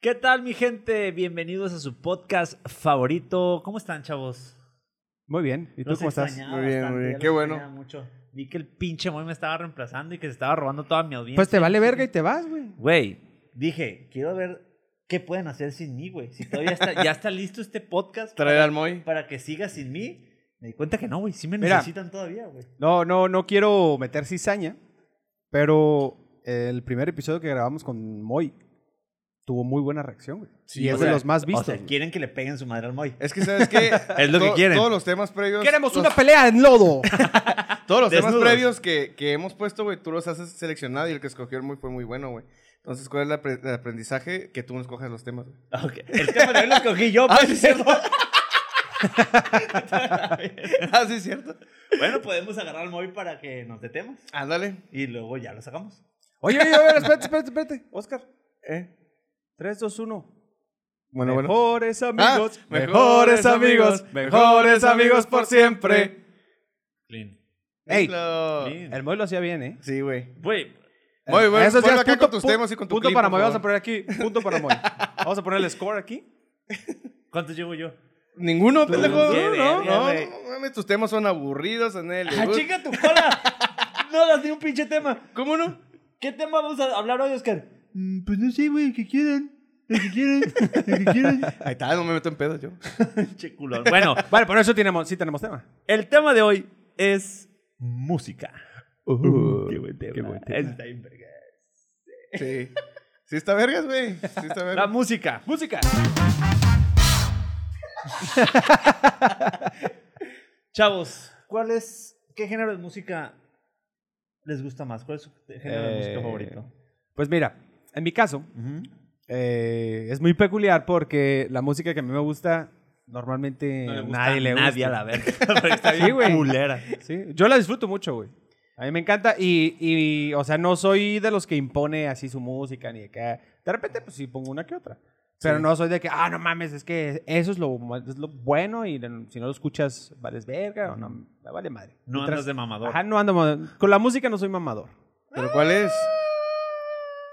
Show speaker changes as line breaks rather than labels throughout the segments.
¿Qué tal, mi gente? Bienvenidos a su podcast favorito. ¿Cómo están, chavos?
Muy bien. ¿Y tú
Los
cómo estás?
extrañaba
Muy bien,
bastante,
muy
ya
bien.
los
Qué bueno.
extrañaba mucho. Vi que el pinche Moy me estaba reemplazando y que se estaba robando toda mi audiencia.
Pues te vale verga y te vas, güey.
Güey, dije, quiero ver qué pueden hacer sin mí, güey. Si todavía está, ya está listo este podcast
Traer al
para,
Moy.
para que siga sin mí. Me di cuenta que no, güey. Sí me
Mira.
necesitan todavía, güey.
No, no, no quiero meter cizaña, pero el primer episodio que grabamos con Moy tuvo muy buena reacción, güey.
Sí,
y es
o
de
sea,
los más
O
vistos.
sea,
güey.
quieren que le peguen su madre al Moy.
Es que sabes que
Es lo que quieren.
Todos los temas previos.
Queremos
los-
una pelea en lodo.
Todos los temas
Desnudos.
previos que, que hemos puesto, güey, tú los has seleccionado y el que escogió el muy fue muy bueno, güey. Entonces, ¿cuál es la pre- el aprendizaje que tú nos coges los temas? güey?
Ah, Ok. El tema de hoy lo escogí yo.
Ah,
pues.
sí, cierto. ah, sí, cierto.
Bueno, podemos agarrar al Moy para que nos dé temas.
Ándale.
Y luego ya lo sacamos.
Oye, oye, oye, espérate, espérate, espérate. Oscar,
Eh.
3, 2, 1.
Bueno, bueno.
mejores amigos,
Ah,
mejores amigos, mejores amigos por siempre.
Clean.
Ey.
Hazlo.
Bien.
El Moy lo hacía bien, ¿eh?
Sí, güey.
Güey,
Muy bueno.
Eso sí
ponlo
es
acá
punto-
con tus
pu-
temas y con tu
Punto
clip,
para
por
Moy. Vamos a
favor.
poner aquí. Punto para Moy. Vamos a poner el score aquí.
¿cuántos llevo yo?
Ninguno, pendejo.
qué
No, no,
verga,
no,
güey.
no mames, tus temas son aburridos, a nadie le
¡Ah,
gusta.
chinga tu cola! No das ni un pinche tema.
¿Cómo no?
¿Qué tema vamos a hablar hoy, Oscar?
Pues no sé, güey, el que quieran. El que quieran. El que quieran.
Ahí está, no me meto en pedo yo.
Pinche culón. Bueno,
Vale, por eso tenemos, sí tenemos tema.
el tema de hoy es música.
qué buen tema.
Eso está bien verga.
Sí. Sí está vergas, güey. Sí está
La
vergas.
música.
Música.
Chavos, ¿cuál es, qué género de música les gusta más? ¿Cuál es su género de música
Eh,
favorito?
Pues mira, en mi caso, eh, es muy peculiar porque la música que a mí me gusta, normalmente
No le gusta
nadie le gusta.
Eh, Nadie a la verga. porque está
Sí, güey.
culera.
Sí, yo la disfruto mucho, güey. A mí me encanta y, y, o sea, no soy de los que impone así su música ni acá. De repente, pues sí pongo una que otra. Pero
Sí.
no soy de que, ah, no mames, es que eso es lo, ma- es lo bueno y de- si no lo escuchas, vales verga o no, me vale madre.
No
Mientras-
andas de mamador.
Ajá, no ando ma- Con la música no soy mamador.
¿Pero cuál es?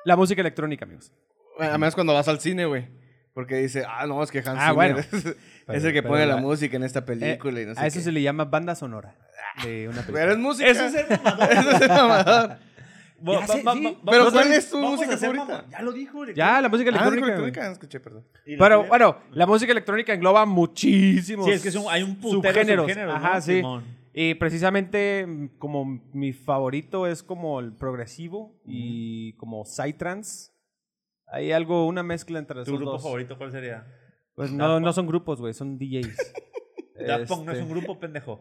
La música electrónica, amigos.
Bueno, a menos cuando vas al cine, güey. Porque dice, ah, no, es que Hans
Ah,
Zimmer
bueno.
es, es
Pero-
el que
pero
pone la,
la-
música en esta película y no
Eh,
sé
a eso
qué.
se le llama banda sonora de una película.
Pero es música.
Eso es ser mamador.
Eso es el
Ah,
mamador.
Va-
Ya
va-
sé,
va-
sí.
va-
Pero
vamos a
¿cuál
ser-
es tu
vamos a
música
ser
favorita?
mamón. Ya lo dijo. güey.
Ya, la música
Ah, es
electrónica. güey.
electrónica, no escuché, perdón.
Y la
Pero
tuya.
bueno, la música electrónica engloba muchísimos
Sí, es que es un- hay un putero de subgéneros, ¿no,
Ajá, sí.
Simón?
Y precisamente mm, como mi favorito es como el progresivo y como psytrance. Hay algo, una mezcla entre esos
¿Tu grupo
dos.
favorito cuál sería?
Pues no, no son grupos, güey, son DJs.
Daft Punk no es
Este,
un grupo, pendejo.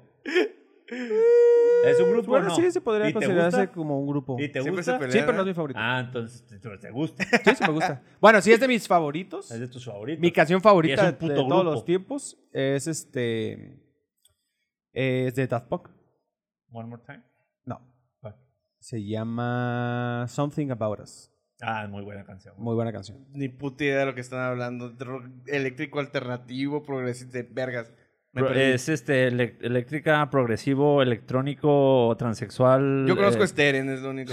¿Es un grupo
Bueno,
o no?
sí, se podría
¿Y te
considerarse
gusta?
como un grupo.
¿Y
Sí,
te
Siempre
gusta?
se ¿eh? pelea.
pero no es mi favorito.
Ah, entonces te- te te gusta.
Sí, sí me gusta. Bueno, sí es de mis favoritos.
Es de tus favoritos.
Mi canción
Y es
favorita
un
de
puto grupo.
todos los tiempos es este. Es de Daft Punk.
One more time.
No.
¿Cuál?
Se llama Something About Us.
Ah, muy buena canción.
Muy buena canción.
Ni puta idea de lo que están hablando. Rock Eléctrico alternativo, progresista, vergas. Me
Pro-
perdí.
es este elec- eléctrica, progresivo, electrónico, transexual.
Yo conozco
eh,
Steren, es lo único.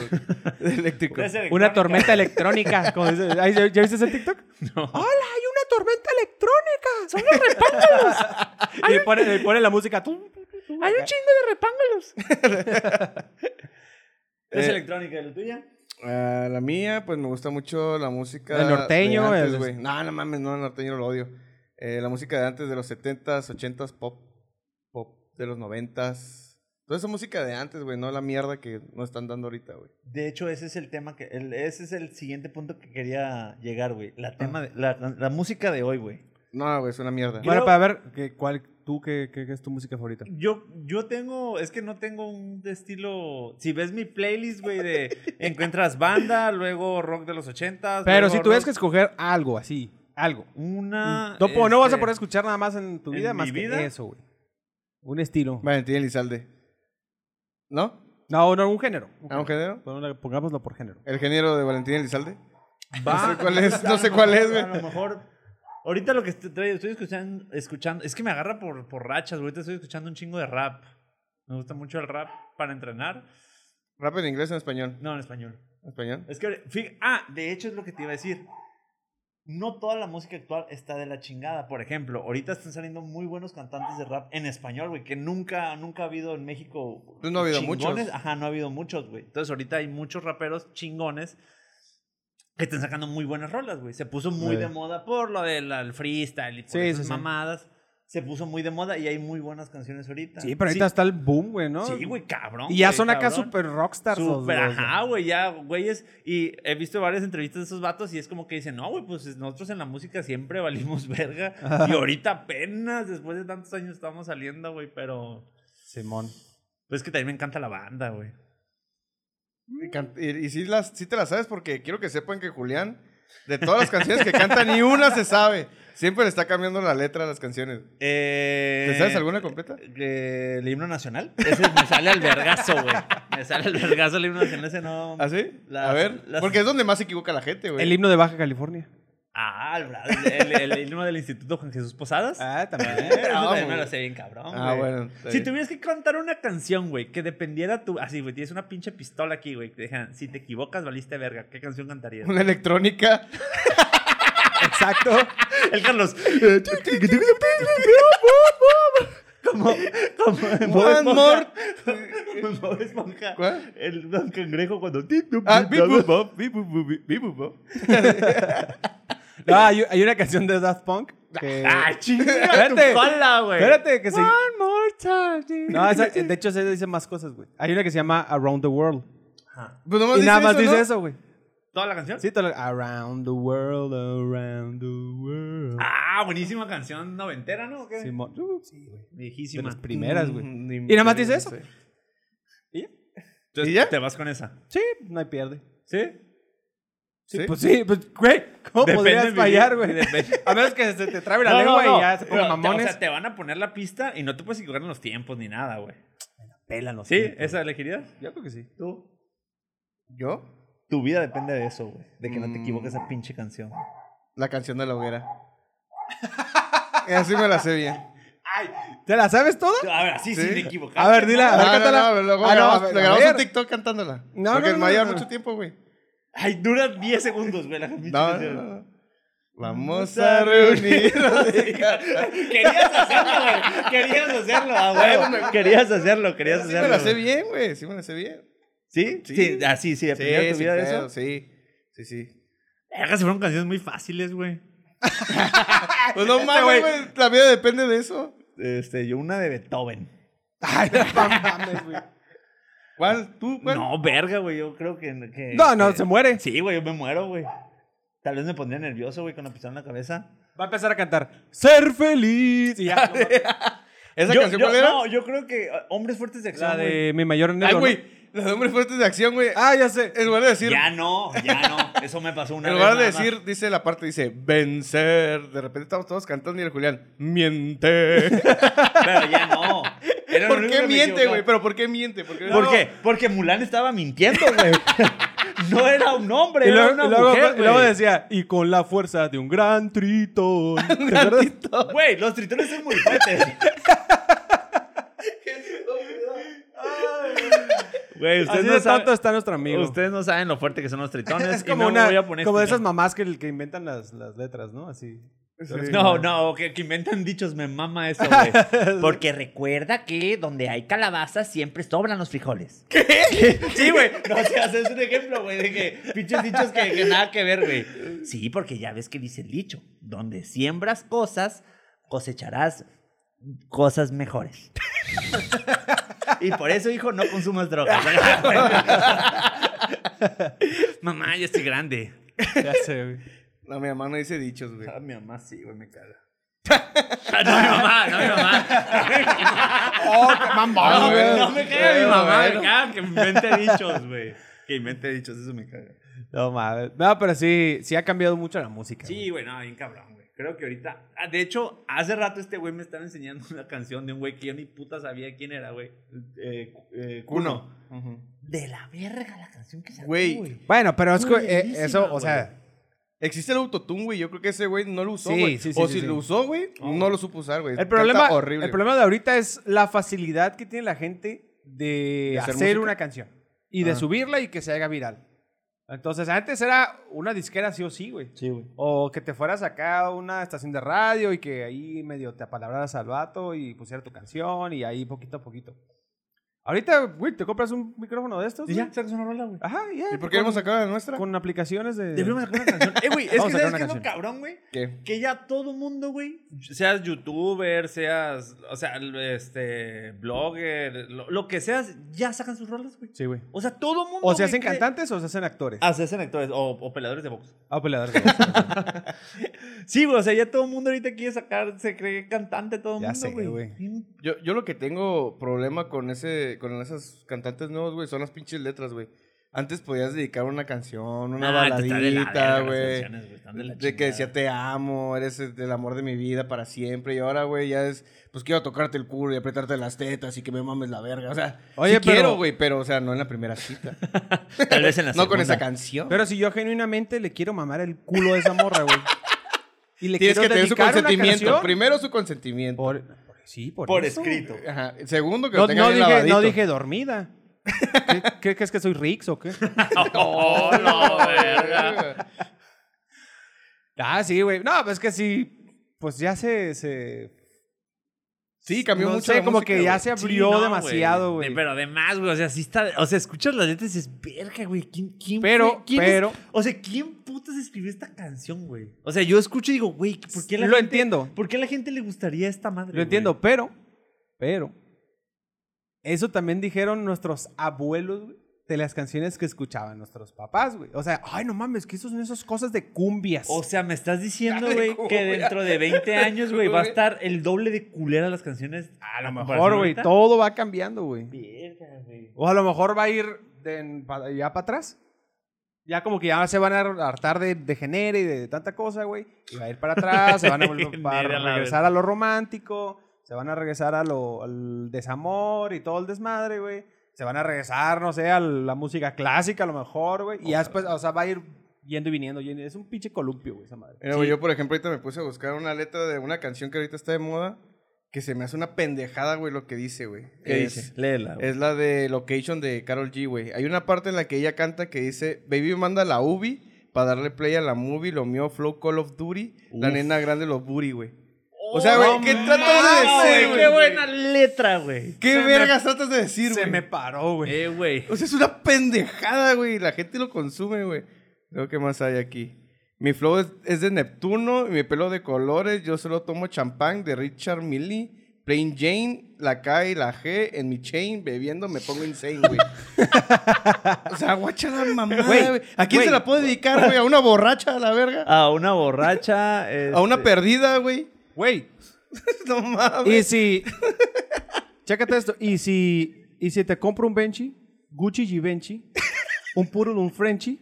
eléctrico.
Una tormenta electrónica. como dice- ay, ¿Ya ya viste ese TikTok?
No.
¡Hola! ¡Hay una tormenta electrónica! ¡Son los repángalos! y le pone, le pone la música. tum, tum, tum, tum, acá.
de repángalos. ¿Es
Eh,
electrónica la tuya?
Ah, la mía, pues me gusta mucho la música.
El norteño,
de antes,
el-
güey. No, no mames, no, el norteño lo odio. Eh, la música de antes, de los 70s, 80s, pop. Pop de los 90s. Toda esa música de antes, güey, no la mierda que nos están dando ahorita, güey.
De hecho, ese es el tema que. el- ese es el siguiente punto que quería llegar, güey. La, tema de- la, la música de hoy, güey.
No, güey, es una mierda.
Bueno,
Creo-
para ver que, cuál tú qué, qué- qué es tu música favorita.
Yo, yo tengo, es que no tengo un estilo. Si ves mi playlist, güey, de encuentras banda, luego rock de los ochentas.
Pero
luego
si tuvieras que
rock-
escoger algo así, algo.
una.
No, po- no vas a
este,
poder escuchar nada más Ah, en tu
¿en
vida
mi
más que
vida?
eso, güey. Un estilo.
Valentín Elizalde. ¿No?
No, no, un género.
¿A un género?
Pongámoslo- Pongámoslo por género.
¿El género de Valentín Elizalde?
va-
No sé cuál es, no
a
sé
lo
cuál
mejor-
es, güey.
A lo mejor. Ahorita lo que estoy, traigo- estoy escuchando, escuchando. Es que me agarra por, por rachas, güey. Ahorita estoy escuchando un chingo de rap. Me gusta mucho el rap para entrenar.
¿Rap en inglés o en español?
No, en español.
¿En español?
Es que, fí- ah, de hecho es lo que te iba a decir. no toda la música actual está de la chingada. Por ejemplo, ahorita están saliendo muy buenos cantantes de rap en español, güey, que nunca, nunca ha habido en México.
Pues no ha habido
chingones.
muchos.
Ajá, no ha habido muchos, güey. Entonces ahorita hay muchos raperos chingones que están sacando muy buenas rolas, güey. Se puso muy
Sí.
de moda por lo del al freestyle y por
Sí,
esas
sí, sí.
mamadas. Se puso muy de moda y hay muy buenas canciones ahorita.
Sí, pero ahorita está el boom, güey, ¿no?
Sí, güey, cabrón.
Y ya
güey,
son acá
cabrón.
super rockstars. los
Súper,
dos, güey.
ajá, güey, ya, güeyes. Y he visto varias entrevistas de esos vatos y es como que dicen, no, güey, pues nosotros en la música siempre valimos verga. Y ahorita apenas, después de tantos años, estamos saliendo, güey, pero...
Simón.
Pues es que también me encanta la banda, güey.
Y, can- y- y sí, las, sí te las sabes porque quiero que sepan que Julián, de todas las canciones que canta, ni una se sabe. Siempre le está cambiando la letra a las canciones.
Eh,
¿Te sabes alguna completa?
eh, el himno nacional. Ese me sale al vergazo, güey. Me sale al vergazo el himno nacional, ese no...
¿Así?
Las-
a ver.
las-
Porque es donde más se equivoca la gente, güey.
eh, ¿Ah, El himno de Baja California.
Ah, el, el- el himno del Instituto Juan Jesús Posadas.
Ah,
Eh,
también.
eso
Ah,
también me
güey.
lo sé bien, cabrón.
Ah,
güey.
bueno. está
Si
bien.
tuvieras que cantar una canción, güey, que dependiera tu. Así, güey, tienes una pinche pistola aquí, güey. que te dejan, si te equivocas, valiste verga. ¿Qué canción cantarías?
Una electrónica.
Exacto.
El Carlos. como. Como. en Bob Esponja.
One more.
Como en Bob Esponja.
¿Cuál?
El don cangrejo cuando.
Ah, bip, bup,
bop, bip, bup, bup, bip, bip, bup, bup.
No, hay, hay una canción de Daft Punk. Que...
¡Ah, chinga! tu
Eh, Espérate.
cola, güey!
Espérate, que se.
more time.
No, esa- de hecho, se dice más cosas, güey. Hay una que se llama Around the World.
Ajá.
Pues nomás
Y nada más
eso,
dice
¿no?
eso, güey.
¿Toda la canción?
Sí, todo lo- Around the World, Around the World.
Ah, buenísima canción noventera, ¿no? ¿O qué?
Simón. Uh, sí, güey. De
Viejísima.
las primeras, güey.
Mm, ni
Y nada más
me
dice eso.
sé.
¿Y ya?
Entonces,
¿Y ya?
Te vas con esa.
Sí, no hay pierde.
¿Sí?
Sí,
¿Sí?
pues sí, pues, güey, ¿cómo
Depende,
podrías
vivir.
fallar, güey?
Depende.
A menos que se te trabe la
No,
lengua
no, no.
y ya se
Pero,
pongan
O
mamones.
sea, te van a poner la pista y no te puedes equivocar en los tiempos ni nada, güey.
Pélanos.
¿Sí? ¿Esa elegirías?
Yo creo que sí.
Tú.
¿Yo?
Tu vida depende de eso, güey. De que no te
Mm.
equivoques a pinche canción.
La canción de la hoguera. Así me la sé bien.
¿Te la sabes toda?
A ver, así
Sí.
sin equivocarte.
A ver, dila. A ver,
No, no,
cántala.
no, pero luego
Ah, no,
grabamos-
a ver,
le
a
grabamos
ver.
un TikTok cantándola.
No,
Porque
no,
no
no,
lleva
no.
mucho tiempo, güey.
Ay, dura 10 segundos, güey, la pinche
No, no,
canción.
no. Vamos a reunirnos.
Querías hacerlo, güey. Querías hacerlo, a huevo. Querías hacerlo, querías
Sí
hacerlo.
me la sé
güey.
bien, güey. Sí me la sé bien.
¿Sí?
Sí.
Sí, así, sí,
Sí,
dependiera tu
sin
vida de
pedo,
eso.
sí. Sí, sí.
Verga, se fueron canciones muy fáciles, güey.
Pues no mames,
güey.
güey. La vida depende de eso.
Este, yo una de Beethoven.
Ay, no mames, güey.
¿Cuál? ¿Tú? ¿Cuál?
No, verga, güey. Yo creo que. que-
No, no,
que-
se muere.
Sí, güey, yo me muero, güey. Tal vez me pondría nervioso, güey, con la pistola en la cabeza.
Va a empezar a cantar. Ser feliz. Y ya.
¿Esa
yo,
canción
yo-
cuál era?
No, yo creo que eh, Hombres Fuertes de Acción,
La
güey.
de mi mayor
Ay,
enemigo.
güey. Los hombres fuertes de acción, güey.
Ah, ya sé.
En lugar de decir...
Ya no, ya no. Eso me pasó una
En
vez.
lugar de
nada más.
decir, dice la parte, dice, vencer. De repente estamos todos cantando y el Julián, miente.
Pero ya no. Era lo
¿Por
único
qué
que me
miente, güey?
equivocaba.
¿Pero por qué miente? ¿Por qué?
¿Por
no?
qué? Porque Mulan estaba mintiendo, güey. No era un hombre,
Y
era
luego,
una
y luego-
mujer,
y luego
güey.
decía, y con la fuerza de un gran tritón. ¿Te acuerdas?
Güey, los tritones son muy fuertes. Güey,
Así
ustedes
de
no, saben,
tanto está nuestro amigo.
ustedes no saben lo fuerte que son los tritones.
es
y
como,
no
una,
voy a poner
como de
este
esas mamás que, que inventan las, las letras, ¿no? Así.
Sí.
No, no, que, que inventan dichos, me mama eso, güey. Porque recuerda que donde hay calabazas siempre sobran los frijoles. ¿Qué? Sí, güey. No, o sea, es un ejemplo, güey, de que pinches dichos que, que nada que ver, güey. Sí, porque ya ves que dice el dicho, donde siembras cosas, cosecharás cosas mejores. Y por eso, hijo, no consumas drogas. Mamá, yo estoy grande.
Ya sé, güey.
No, mi mamá no dice dichos, güey.
Ah, mi mamá sí, güey, me caga. Ah, no, mi mamá, no, mi mamá.
Ah,
No,
güey.
güey, no me caga mi mamá,
Bueno.
me caga que invente dichos, güey. Que invente dichos, eso me caga.
No mames. No, pero sí, sí ha cambiado mucho la música. güey.
Sí, güey, no, bien cabrón, güey. Creo que ahorita. ah, de hecho, hace rato este güey me estaba enseñando una canción de un güey que yo ni puta sabía quién era, güey. Eh, eh, Cuno.
Ujú.
De la verga la canción que sacó,
Güey.
güey.
Bueno, pero es que,
Güey,
eh,
bellísima,
eso, o sea,
Existe el autotune, güey. Yo creo que ese güey no lo usó,
Sí,
güey.
sí, sí,
o
sí,
si
sí.
lo usó, güey, no lo supo usar, güey.
el
Canta
problema,
horrible.
el problema de ahorita es la facilidad que tiene la gente de,
¿De hacer
hacer,
música?
una canción y de
Ah.
subirla y que se haga viral. Entonces, antes era una disquera sí o sí, güey.
Sí, güey.
O que te fueras acá a una estación de radio y que ahí medio te apalabraras al vato y pusiera tu canción y ahí poquito a poquito. Ahorita, güey, te compras un micrófono de estos.
Y
güey.
ya, sacas una rola, güey.
Ajá, ya.
¿Y por qué hemos sacado la nuestra?
Con aplicaciones de.
Deberíamos sacar una canción. Eh, güey, es
Vamos
que
a sacar
¿sabes
una
qué es lo
canción.
cabrón, güey?
¿Qué?
Que ya todo mundo, güey.
Seas youtuber, seas, o sea, este, blogger, lo, lo que seas,
Ya sacan sus rolas, güey.
Sí, güey.
O sea, todo mundo.
O se
güey,
hacen
cree-
cantantes o se hacen actores.
ah, se hacen actores o, o peleadores de box.
Ah, peleadores.
Sí, güey. O sea, ya todo mundo ahorita quiere sacar, se cree cantante todo el
Ya sé,
mundo, güey.
güey.
Bien-
Yo, yo lo que tengo problema con ese con esas cantantes nuevos, güey, son las pinches letras, güey. Antes podías dedicar una canción, una
Nah, está Ah, de la verga
baladita,
las
güey.
canciones, güey, están de la
De que decía
chingada.
te amo, eres el el amor de mi vida para siempre. Y ahora, güey, ya es, pues quiero tocarte el culo y apretarte las tetas y que me mames la verga. O sea,
Oye,
Oye,
pero-
quiero, güey, pero, o sea, no en la primera cita.
Tal vez en la
no con
segunda.
esa canción.
Pero si yo genuinamente le quiero mamar el culo a esa morra, güey. Y le
Tienes que
quiero
tener su
dedicar una
consentimiento.
canción.
Primero su consentimiento.
Por, por- sí, por,
Por
eso.
escrito.
Ajá. Segundo, que
No,
lo tenga
no
bien
dije, no
lavadito.
dije dormida. ¿Qué, qué, qué es que soy Rix o qué?
¡Oh, no, verga!
Ah, sí, güey. No, pues es que sí. Pues ya se. se
Sí, cambió
no
mucho.
sé,
la
como
música,
que ya
güey.
se
Sí,
abrió
no,
demasiado, güey.
De- Pero además, güey, o sea, sí está. O sea, escuchas las letras y dices, verga, güey, ¿quién, quién
Pero-
fue- quién
pero-
es- o sea, ¿quién putas escribió esta canción, güey? O sea, yo escucho y digo, güey, ¿por qué la
Lo
gente,
entiendo.
¿Por qué a la gente le gustaría esta madre?
Lo entiendo, pero, pero, eso también dijeron nuestros abuelos, güey, de las canciones que escuchaban nuestros papás, güey. O sea, ay, no mames, que esos son esas cosas de cumbias.
O sea, me estás diciendo,
Dale,
güey, que
cumbia.
dentro de 20 años, güey, va a
Cumbia.
estar el doble de culera las canciones.
a lo
comparación
mejor, güey,
ahorita.
todo va cambiando, güey.
Verga, güey.
O a lo mejor va a ir de en- pa- ya para atrás. Ya como que ya se van a hartar de, de genere y de tanta cosa, güey. Y va a ir para atrás, se van a volver para
Genera la
regresar a lo romántico, se van a regresar a lo, al desamor y todo el desmadre, güey. Se van a regresar, no sé, a la música clásica a lo mejor, güey. Y ya después, o sea, va a ir yendo y viniendo. yendo y- Es un pinche columpio, güey, esa madre.
Mira, güey, yo, por ejemplo, ahorita me puse a buscar una letra de una canción que ahorita está de moda. Que se me hace una pendejada, güey, lo que dice, güey.
¿Qué
Es-
dice? Léela. güey.
Es la de Location de Carol G, güey. Hay una parte en la que ella canta que dice, Baby manda la Ubi para darle play a la movie, lo mío Flow Call of Duty, la nena grande los booty, güey. O sea, güey,
Oh,
¿qué tratas
Ah,
de
güey,
decir,
¡Qué
güey?
buena letra, güey!
¿Qué
Se me-
vergas tratas de decir,
Se
güey?
me paró, güey.
Eh, güey.
O sea, es una pendejada, güey. La gente lo consume, güey. Creo que más hay aquí. Mi flow es, es de Neptuno y mi pelo de colores. Yo solo tomo champán de Richard Millie. Plain Jane, la K y la G en mi chain, bebiendo me pongo insane, güey. o sea, guacha la mamada,
Güey,
güey. ¿A quién
güey.
se la puedo dedicar, güey? ¿A una borracha, a la verga?
A una borracha.
¿A una
este,
perdida, güey?
Güey,
no mames.
Y si. Chécate esto. Y si. Y si te compro un Benchi, Gucci Givenchy, un Purul, un Frenchy.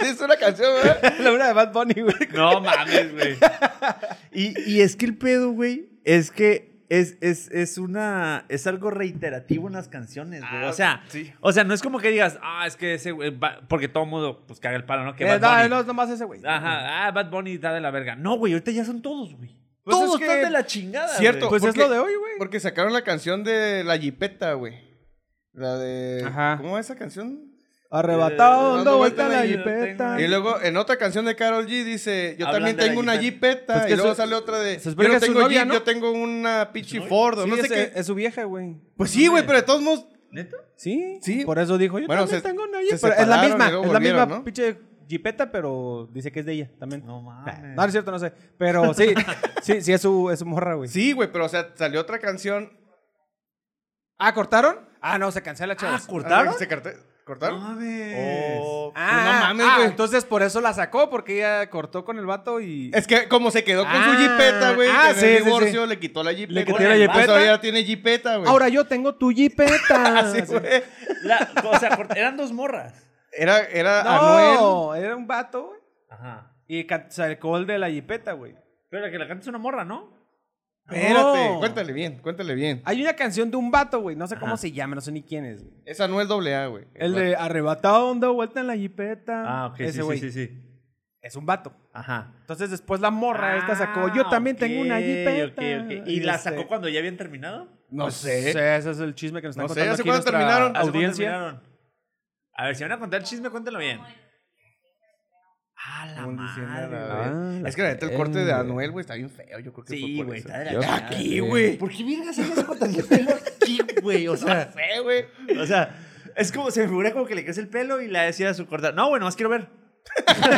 Es una canción, güey.
La una de Bad Bunny, güey.
No mames, güey.
Y, y es que el pedo, güey, es que es, es, es una. Es algo reiterativo en las canciones, güey.
Ah,
o sea,
sí. o sea, no es como que digas, ah, es que ese güey, va- porque todo mundo, pues caga el palo, ¿no? Que
Eh,
Bad
no,
Bunny.
no, es nomás ese, güey.
Ajá, ah, Bad Bunny está de la verga. No, güey, ahorita ya son todos, güey.
Pues
todos
es que-
están de la chingada.
Cierto.
güey.
Pues es
porque-
lo de hoy, güey.
Porque sacaron la canción de La Jipeta, güey. La de...
Ajá.
¿Cómo es esa canción?
Arrebatado,
Eh,
dando
dando
vuelta
vuelta
la
yo
jipeta.
Y luego en otra canción de Carol G dice, yo
Hablan
también
de la
tengo una jipeta.
Pues que
y luego
su-
sale otra de,
se
yo
supone que
no
es su
tengo
novia,
Jeep,
¿no?
yo tengo una pinche Ford. o
Sí,
no sé
es,
qué.
es su vieja, güey.
Pues sí, güey, pero de todos modos...
¿Neta?
Sí,
Sí.
Por eso dijo yo
Bueno,
también
se-
tengo una
se
jipeta. Pero es la
separaron y
misma,
luego
es la misma
volvieron, ¿no?
pinche jipeta, pero dice que es de ella también.
No mames.
No, no es cierto, no sé. Pero sí, sí, sí es su, es su morra, güey.
Sí, güey, pero o sea, salió otra canción.
Ah, ¿cortaron? Ah, no, se cancela, chavos.
Ah, ¿Se carte-
No
cortaron?
mames.
Oh,
Ah,
no mames,
ah,
güey.
entonces por eso la sacó, porque ella cortó con el vato y.
es que como se quedó con
Ah,
su jipeta, güey,
ah,
en
sí, sí, sí.
el divorcio le quitó la jipeta.
Le quitó la
Pues
jipeta.
ahora ya tiene jipeta, güey.
Ahora yo tengo tu jipeta.
sí, güey.
La- o sea, cort- eran dos morras.
Era, era Anuel.
No, era un vato, güey.
Ajá.
Y ca- sacó el de la jipeta, güey.
Pero la que la canta es una morra, ¿no?
Espérate,
No.
cuéntale bien, cuéntale bien.
Hay una canción de un vato, güey. No sé cómo
Ajá.
se llama, no sé ni quién es, güey.
Es Anuel AA, güey.
El de arrebatado dando vuelta en la jipeta.
Ah, ok,
Ese
sí,
güey.
sí, sí, sí.
Es un vato.
Ajá.
Entonces después la morra esta sacó. Yo
Ah,
también
ok,
tengo una jipeta.
ok, ok. ¿Y la
este,
sacó cuando ya habían terminado?
No
pues,
sé.
Ese es el chisme que nos están
No sé,
contando
¿hace
aquí
cuándo
nuestra
terminaron?
¿Hace cuándo
audiencia.
terminaron?
A ver, si van a contar el chisme, cuéntenlo bien.
Ah, la
Como diciendo,
madre.
la
güey.
verga.
Ah,
es que la neta, el
la
corte de
verga.
Anuel, güey, está bien feo. Yo creo que fue
Sí,
por
güey,
eso.
está de la
Yo
chingada.
Aquí, güey.
¿Por qué vergas ella se cortaría el pelo aquí, güey? O sea,
sé, Eh, güey.
o sea, es como, se me figura como que le crece el pelo y la decía su corta. No, güey, nomás quiero ver.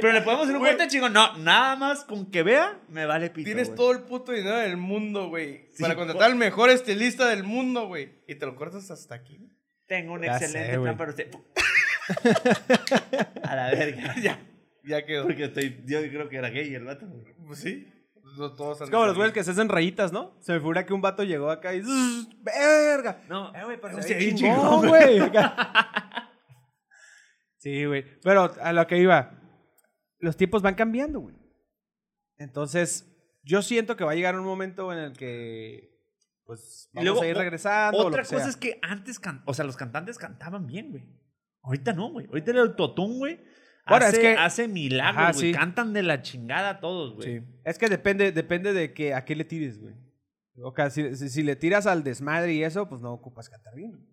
Pero le podemos hacer un corte chingón. No, nada más con que vea, me vale pito.
Tienes
güey.
todo el puto dinero del mundo, güey.
Sí,
para contratar al mejor estilista del mundo, güey. Y te lo cortas hasta aquí. güey.
Tengo un
Ya
excelente
sé, güey.
plan para usted. A la verga.
ya, ya quedó.
Porque estoy, yo creo que era gay el vato. güey.
Pues sí. No todos
Es
han
como
de
los güeyes que se hacen rayitas, ¿no? Se me figura que un vato llegó acá y. "Zzz, ¡Verga!
No,
Eh, güey, pero
se
se
ve
ve
bien
chingón, güey. Acá. Sí, güey. Pero a lo que iba, los tiempos van cambiando, güey. Entonces, yo siento que va a llegar un momento en el que, pues,
Y
vamos
luego,
a ir
o-
regresando. o lo
Otra
que
cosa
sea.
es que antes, can- o sea, los cantantes cantaban bien, güey. Ahorita no, güey. Ahorita el autotune, güey.
Ahora,
hace,
es que-
hace milagros,
Ajá,
güey.
sí.
Cantan de la chingada todos, güey.
Sí.
Es que depende, depende de que, a qué le tires, güey. O sea, si, si- si le tiras al desmadre y eso, pues no ocupas cantar bien.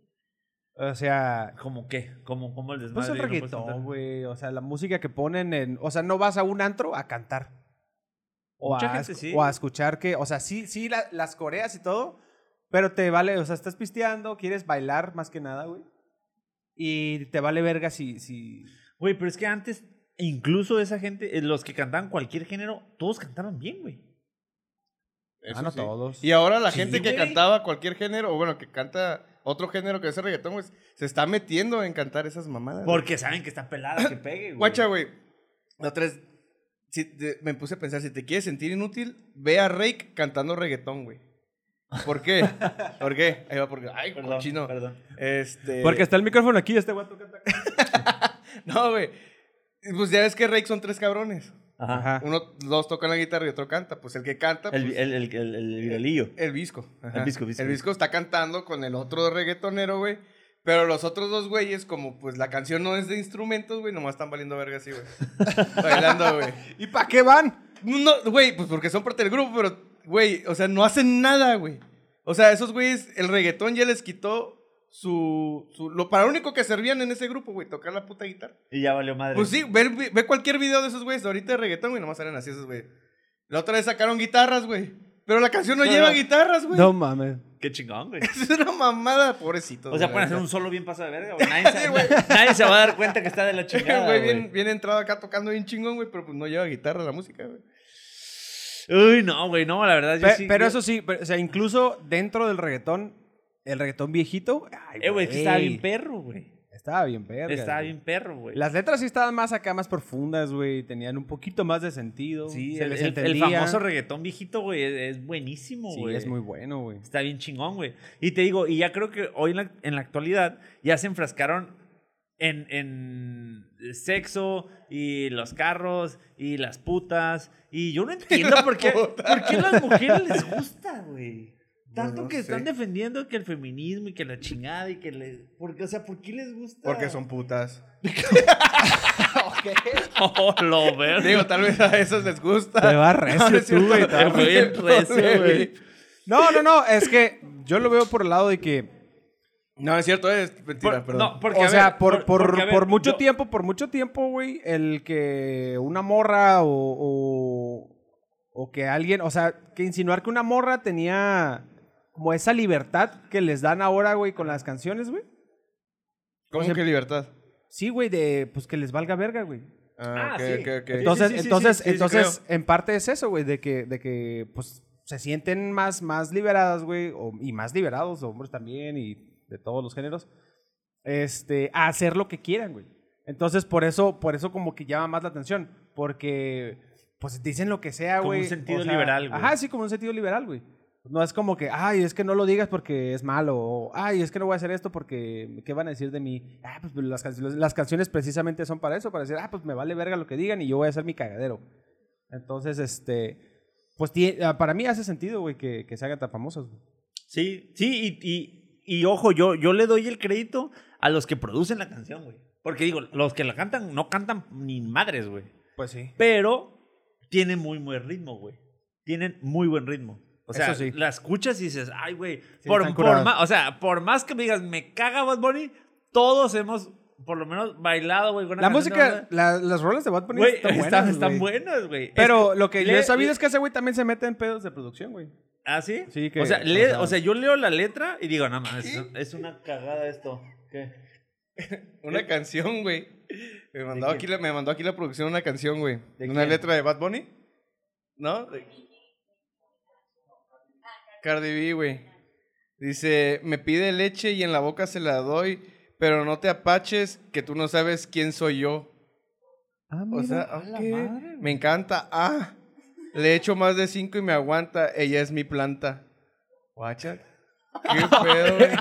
O sea,
¿Cómo qué? ¿Cómo, cómo el desmadre?
pues el
Yo no puedo cantar.
reggaetón, güey. O sea, la música que ponen en... O sea, no vas a un antro a cantar. O,
Mucha
a,
gente
esc-
sí.
o a escuchar que... O sea, sí, sí, la- las coreas y todo. Pero te vale... O sea, estás pisteando, quieres bailar más que nada, güey. Y te vale verga si... si...
Güey, pero es que antes, incluso esa gente, eh, los que cantaban cualquier género, todos cantaban bien, güey.
Eso
Ah, no
sí.
todos.
Y ahora la
Sí,
gente que
güey.
cantaba cualquier género, o bueno, que canta otro género que es el reggaetón, güey, se está metiendo en cantar esas mamadas. güey.
Porque saben que está pelada, que pegue, güey.
Guacha, güey. La otra vez si te- me puse a pensar, si te quieres sentir inútil, ve a Rake cantando reggaetón, güey. ¿Por qué? ¿Por qué? Ahí va porque, ay,
Perdón,
cochino.
perdón.
Este...
Porque está el micrófono aquí, este guato canta.
No, güey. Pues ya ves que Rake son tres cabrones.
Ajá.
Uno, dos tocan la guitarra y otro canta. Pues el que canta, pues,
El,
el,
el, el, el, el viralillo.
visco.
El Visco, Visco.
El visco está cantando con el otro reggaetonero, güey. Pero los otros dos güeyes, como pues la canción no es de instrumentos, güey, nomás están valiendo verga así, güey. Bailando, güey.
¿Y para qué van?
No, güey, pues porque son parte del grupo, pero, güey, o sea, no hacen nada, güey. O sea, esos güeyes, el reggaetón ya les quitó su, su- Lo para lo único que servían en ese grupo, güey, tocar la puta guitarra.
Y ya valió madre.
Pues sí, ve, el vi- ve cualquier video de esos güeyes ahorita de reggaetón, güey, nomás salen así esos güey. La otra vez sacaron guitarras, güey. Pero la canción no,
No,
lleva
no.
guitarras, güey.
No mames.
Qué chingón, güey.
Es una mamada, pobrecito.
O sea,
güey,
pueden hacer
la
un solo bien pasado de verga, güey. Nadie, se, nadie se va a dar cuenta que está de la
neta.
chingada,
güey
güey.
bien, bien entrado acá tocando bien chingón, güey, pero pues no lleva guitarra la música, güey.
Uy, no, güey, no, la verdad, yo
Pe-
sí.
pero
yo-
eso sí, pero, o sea, incluso dentro del reggaetón, el reggaetón viejito... ay,
Eh, güey, es que estaba bien perro, güey.
Estaba bien verga.
Estaba
güey.
bien perro, güey.
Las letras sí estaban más acá, más profundas, güey. Tenían un poquito más de sentido.
Sí,
se
el,
les
el- el
entendía.
famoso reggaetón viejito, güey, es, es buenísimo,
Sí,
güey.
es muy bueno, güey.
Está bien chingón, güey. Y te digo, y ya creo que hoy en la, en la actualidad ya se enfrascaron en, en sexo y los carros y las putas. Y yo no entiendo por qué, por qué a las mujeres les gusta, güey. Tanto
no
que
sé.
están defendiendo que el feminismo y que la chingada y que le... Porque, o sea, ¿por qué les gusta?
Porque son putas.
Oh, lo veo.
Digo, tal vez a esos les gusta.
Te va recio
No, no es
tú, güey,
cierto,
te va
no es
recio,
cierto,
güey.
No, no, no. Es que yo lo veo por el lado de que.
No, es cierto, es mentira,
Por-
perdón.
no, porque,
o
a
sea,
ver,
por, por,
porque, a ver,
por mucho
yo-
tiempo, por mucho tiempo, güey, el que una morra o, o. o que alguien. O sea, que insinuar que una morra tenía. Como esa libertad que les dan ahora, güey, con las canciones, güey.
¿Cómo que libertad?
Sí, güey, de. Pues que les valga verga, güey.
Ah,
ok,
sí.
ok, ok.
Entonces,
Sí, sí, sí,
entonces,
sí, sí, sí,
entonces,
creo.
en parte es eso, güey, de que, de que, pues, se sienten más, más liberadas, güey, o- y más liberados, hombres también, y de todos los géneros, este, a hacer lo que quieran, güey. Entonces, por eso, por eso como que llama más la atención, porque, pues, dicen lo que sea,
Como
güey.
un sentido liberal, güey.
Ajá, sí, como un sentido liberal, güey. No es como que, ay, es que no lo digas porque es malo, o ay, es que no voy a hacer esto porque, ¿qué van a decir de mí? Ah, pues las, canciones- las canciones precisamente son para eso, para decir, ah, pues me vale verga lo que digan y yo voy a hacer mi cagadero. Entonces, este, pues tie- ah, para mí hace sentido, güey, que, que se hagan tan famosos. güey.
Sí, sí, y, y- y ojo, yo, yo le doy el crédito a los que producen la canción, güey. Porque digo, los que la cantan no cantan ni madres, güey.
Pues sí.
Pero tienen muy buen ritmo, güey. Tienen muy buen ritmo. O sea,
Eso sí.
la escuchas y dices, ay, güey.
Sí,
por,
están
por
curadas.
más, o sea, por más que me digas, me caga Bad Bunny, todos hemos, por lo menos, bailado, güey. con una
La
canción de banda.
música, la- las rolas de Bad Bunny
Güey,
están buenas,
están,
güey.
están buenas, güey.
Pero lo que yo
le-
he sabido
le-
es que ese güey también se mete en pedos de producción, güey.
¿Ah, sí?
Sí, que-
o, sea, le-
o sea-
o sea, yo leo la letra y digo, no mames, es, es una cagada esto. ¿Qué?
Una
eh,
canción, güey. Me mandó,
¿De qué?
aquí la, me mandó aquí la producción una canción, güey.
¿De
Una
quién?
letra de Bad Bunny. ¿No? De- Cardi B, güey. Dice, me pide leche y en la boca se la doy, pero no te apaches que tú no sabes quién soy yo. O sea, ok, me encanta. Ah, le echo más de cinco y me aguanta. Ella es mi planta. Guacha. Qué pedo, güey.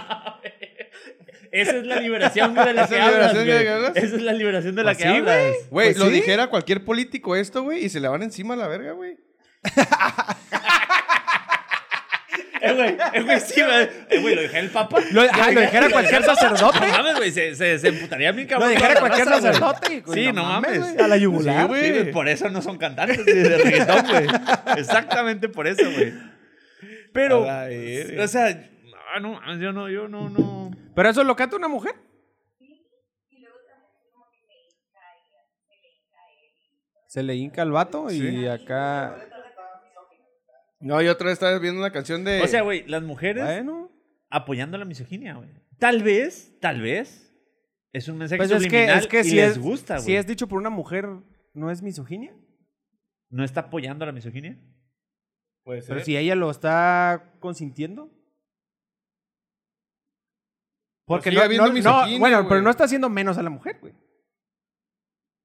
Esa es la liberación de la
¿Esa
que
es la
hablas,
liberación de la que
güey.
hablas?
Esa es la liberación
¿Ah,
de la
Pues
que
sí,
hablas.
Güey,
Pues
lo
sí.
dijera cualquier político esto, güey, y se le van encima a la verga, güey.
Eh, güey, eh, güey, sí, güey. Eh, güey, lo dejé el papa.
Lo, ah, lo dijera cualquier sacerdote.
No mames, güey, se, se, se emputaría bien
Lo
cabrón.
dijera
la
cualquier
raza, güey.
sacerdote. güey.
Sí, no mames.
güey, A la yugular.
Sí, güey.
Sí, güey, por eso no son cantantes de de reggaetón, güey. Exactamente por eso, güey.
Pero,
A la verga.
o sea, no, no, mames, yo no, yo no, no.
Pero eso lo canta una mujer. Se le hinca al vato y
Sí.
acá.
No, y otra vez estaba viendo una canción de.
O sea, güey, las mujeres
Bueno.
apoyando la misoginia, güey. Tal vez, tal vez, es un mensaje
Pues es que,
subliminal
es que
y
si,
les
es,
gusta, güey.
si es dicho por una mujer, ¿no es misoginia?
¿No está apoyando la misoginia?
Puede ser.
Pero si ella lo está consintiendo. Porque
sigue habiendo
no, no, no,
misoginia,
bueno,
güey.
pero no está haciendo menos a la mujer, güey.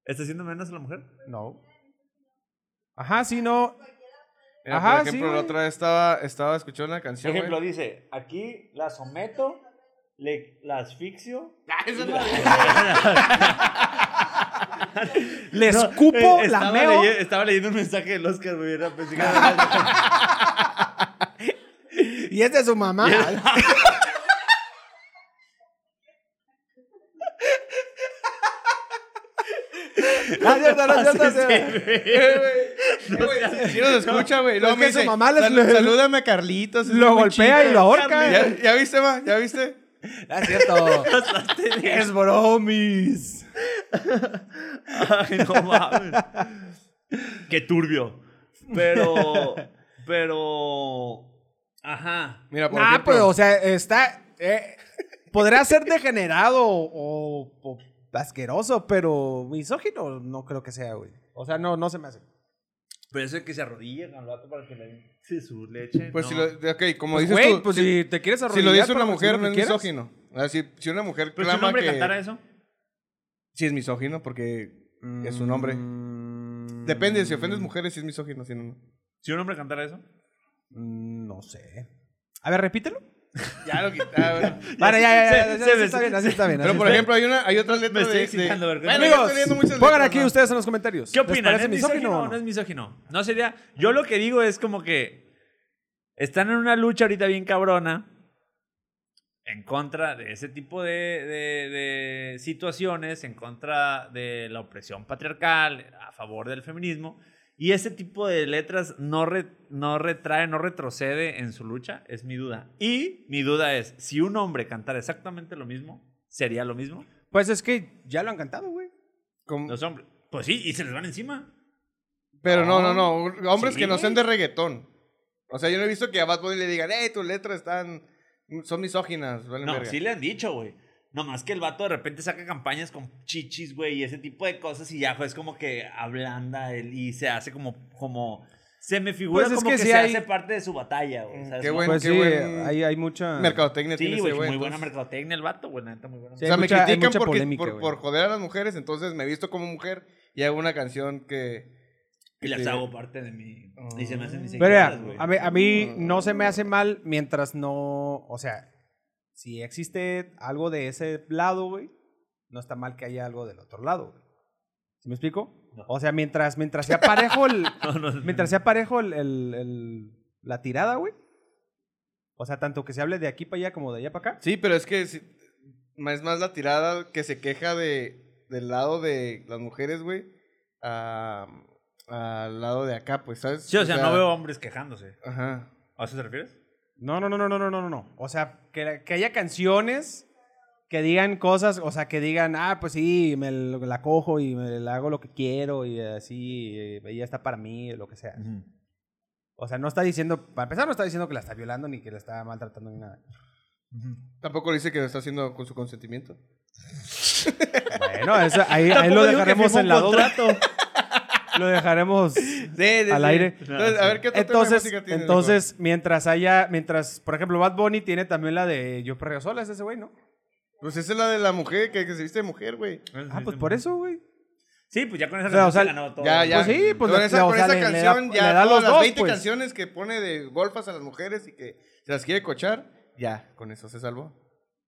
¿Está haciendo menos a la mujer?
No. Ajá, sí, no.
Mira,
Ajá,
por ejemplo,
sí,
la
güey.
otra vez estaba, estaba escuchando una
Por
canción.
ejemplo,
güey.
dice, aquí la someto, le, la asfixio.
Le escupo, la meo.
eh, estaba leyendo un mensaje del Oscar, güey. Era pensé que-
Y es de su mamá. No, es cierto, no,
Ah,
es cierto, es cierto.
Eh, güey, sí nos escucha, güey. Luego
Pues Es
me
que su
dice,
mamá les-
"Sal-
le-
Salúdame a Carlitos. es
Lo
muy
golpea
chido".
y lo ahorca.
¿Ya, ya viste, ma? ¿Ya viste?
No, Es cierto. Es bromis.
Ay, no mames. Qué turbio. Pero, pero, ajá.
Mira, por
Ah,
ejemplo.
pues, o sea, está. eh, podrá ser degenerado o, o asqueroso, pero misógino no creo que sea, güey. O sea, no, no se me hace.
Pero eso de que se arrodillen al vato para que le se su leche.
Pues
no.
si lo, ok, como dices
Güey,
tú,
pues
si,
si te quieres
si
arrodillar.
lo dice una
para
mujer,
conseguir
no
lo
es
que quieras.
misógino. O sea, si, si una mujer
Pero si un
clama
hombre
que...
cantara eso.
Sí es misógino porque es un hombre.
Mm,
Depende, si ofendes mujeres, si es misógino, si no, no.
Si un hombre cantara eso.
mm, No sé. A ver, repítelo.
Ya lo quitaba.
Vale, ya, ya, ya.
se-
ya,
se
así
me-
está bien, así está bien.
Pero
así
por
está
ejemplo, hay una, hay otra letra
Me estoy
de-
excitando,
de-
verga.
Bueno,
bien.
yo estoy leyendo muchas
Amigos, pongan
letras,
aquí
¿no?
ustedes en los comentarios.
¿Qué
¿Les
opinan?
parece
¿Es misógino o
no?
no es misógino? No sería. Yo lo que digo es como que están en una lucha ahorita bien cabrona en contra de ese tipo de, de- de situaciones, en contra de la opresión patriarcal, a favor del feminismo. Y ese tipo de letras no, re- no retrae, no retrocede en su lucha, es mi duda. Y mi duda es, si un hombre cantara exactamente lo mismo, ¿sería lo mismo?
Pues es que ya lo han cantado, güey.
Como-
Los hombres, pues sí, y se les van encima.
Pero no, no, no. Hombres
Sí.
que no sean de reggaetón. O sea, yo no he visto que a Bad Bunny le digan, hey, tus letras están. son misóginas. valen
No,
verga".
sí le han dicho, güey. Nomás que el vato de repente saca campañas con chichis, güey, y ese tipo de cosas, y ya, güey, es como que ablanda él y se hace como. como se me figura
Pues es
como que,
que sí
se
hay-
hace parte de su batalla, güey. ¿sabes?
Qué
No,
bueno,
Pues
qué
sí,
buen-
hay, hay mucha.
Mercadotecnia
Sí,
tiene
güey,
ese güey.
muy buena
entonces.
mercadotecnia el vato, güey, la neta, muy buena.
Sí,
O
hay
sea, me
mucha- hay
critican
mucha
porque-
polémica,
por,
güey.
por joder a las mujeres, entonces me he visto como mujer y hago una canción que.
Y las
sí.
hago parte de mi. Y se me hacen mis
Pero mira,
seguidoras, güey.
Mm. a mí, a mí
Mm.
no se me hace mal mientras no. O sea, si existe algo de ese lado, güey, no está mal que haya algo del otro lado, güey. ¿Sí me explico?
No.
O sea, mientras, mientras sea parejo el.
No, no, no.
Mientras sea parejo el, el- el- la tirada, güey. O sea, tanto que se hable de aquí para allá como de allá para acá.
Sí, pero es que si- es más la tirada que se queja de, del lado de las mujeres, güey, a- al lado de acá, pues, ¿sabes?
Sí, o sea, no veo hombres quejándose.
Ajá.
¿A eso te refieres?
No, no, no, no, no, no, no, no. O sea, que, que haya canciones que digan cosas, o sea, que digan, ah, pues sí, me lo- la cojo y me la hago lo que quiero y así, eh, ella está para mí, o lo que sea.
Ujú.
O sea, no está diciendo, para empezar, no está diciendo que la está violando ni que la está maltratando ni nada.
Tampoco dice que lo está haciendo con su consentimiento.
Bueno, eso- ahí, ahí
Tampoco
lo
dijo que
dejaremos
firmó
en
un
la duda.
contrato.
Lo dejaremos
Sí, sí,
Al
sí.
aire.
Entonces, a ver qué otro tema de
Entonces,
música tienes,
entonces mientras haya, mientras, por ejemplo, Bad Bunny tiene también la de Yo Perreo Sola, es ese güey, ¿no?
loco? Pues esa es la de la mujer, que, que se viste de mujer, güey.
Ah, pues por eso, güey.
Sí, pues ya con esa
O sea, o sea,
respuesta ganó todo.
Ya, ya.
Pues sí, pues
con
la-
esa,
la- o
con
sea,
esa
le- le da-
canción, ya
le da
todas
los
las
dos,
20
pues.
canciones que pone de golfas a las mujeres y que se las quiere cochar, ya, con eso se salvó.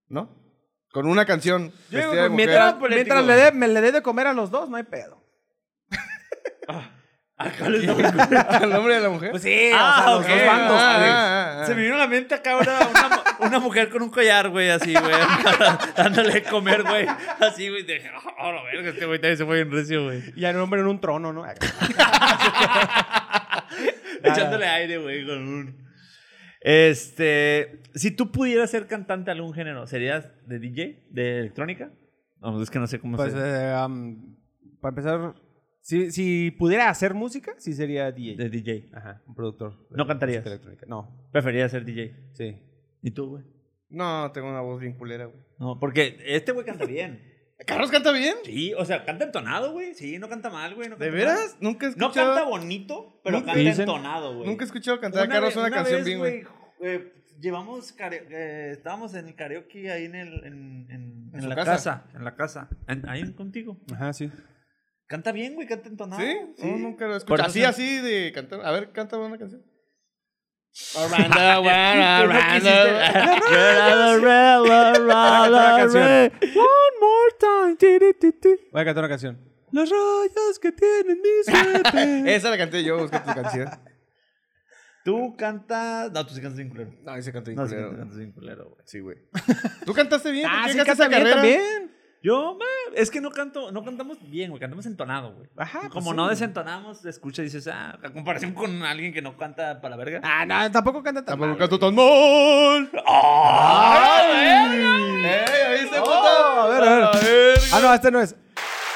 ¿No? Con una canción.
Yo
vestida
digo,
de
pues,
mujer.
mientras,
político,
mientras le
güey.
dé, me le dé de comer a los dos, no hay pedo.
Acá les damos-
¿Al nombre de la mujer?
Pues sí,
Ah, ok.
los dos bandos.
Ah,
Alex.
ah, ah.
Se me vino a la mente acá ahora una, mu- una mujer con un collar, güey, así, güey. Dándole de comer, güey. Así, güey. Dije, oh, la verga, este güey también se fue bien recio, güey.
Y al hombre en un trono, ¿no?
Echándole aire, güey, con un. Este. Si tú pudieras ser cantante de algún género, ¿serías de DJ? ¿De electrónica? Vamos, es que no sé cómo
Pues,
se.
eh, am, para empezar, si, si pudiera hacer música, sí sería DJ.
De DJ.
eh, Ajá, un productor. de
¿No cantarías?
música electrónica. No,
Preferiría ser DJ.
sí.
¿Y tú, güey?
No, tengo una voz bien culera, güey.
No, porque este güey canta bien.
¿Carlos canta bien?
Sí, o sea, canta entonado, güey. Sí, no canta mal, güey. no
¿De
canta
veras? Nunca he
mal. No
escuchado.
canta bonito, pero
Nunca-
canta
Dicen-
entonado, güey.
Nunca he escuchado cantar a Carlos
vez-
una, canción
vez,
bien, güey.
güey, eh, llevamos care- eh, estábamos en el karaoke ahí en el en, en- en
su
la
casa.
casa. en la casa, En- ahí contigo.
Ajá, sí.
Canta bien, güey, canta entonado.
¿Sí? No, nunca lo he
Por
escuchado.
eso
Así,
se-
así de cantar. A ver, canta una canción.
Tú no quisiste-
One more time. Voy a cantar una canción. Las rayas que tienen mis suerte.
Esa la canté yo, busca tu canción.
Tú cantas, no, tú sí cantas bien culero.
No, ese canté
No, sí
culero.
cantas bien culero, güey.
Sí, güey. Tú cantaste bien.
ah,
¿por qué
sí,
llegaste a
canta
esa
bien
carrera?
también.
Yo, ma, es que no canto, no cantamos bien, güey, cantamos entonado, güey.
Ajá,
Y
pues
Como
sí,
no
güey.
desentonamos, escucha y dices, ah, a comparación con alguien que no canta para la verga.
Ah, no, tampoco canta tan
Tampoco
mal,
canto tan mal.
¡Ay!
¡Ey, ¿viste,
Oh,
puta?
a ver, a ver.
A ver.
güey. Ah, no, este no es.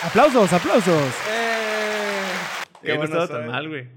Aplausos, aplausos.
Qué
Eh, Qué no
bueno
estaba
saber.
tan mal, güey.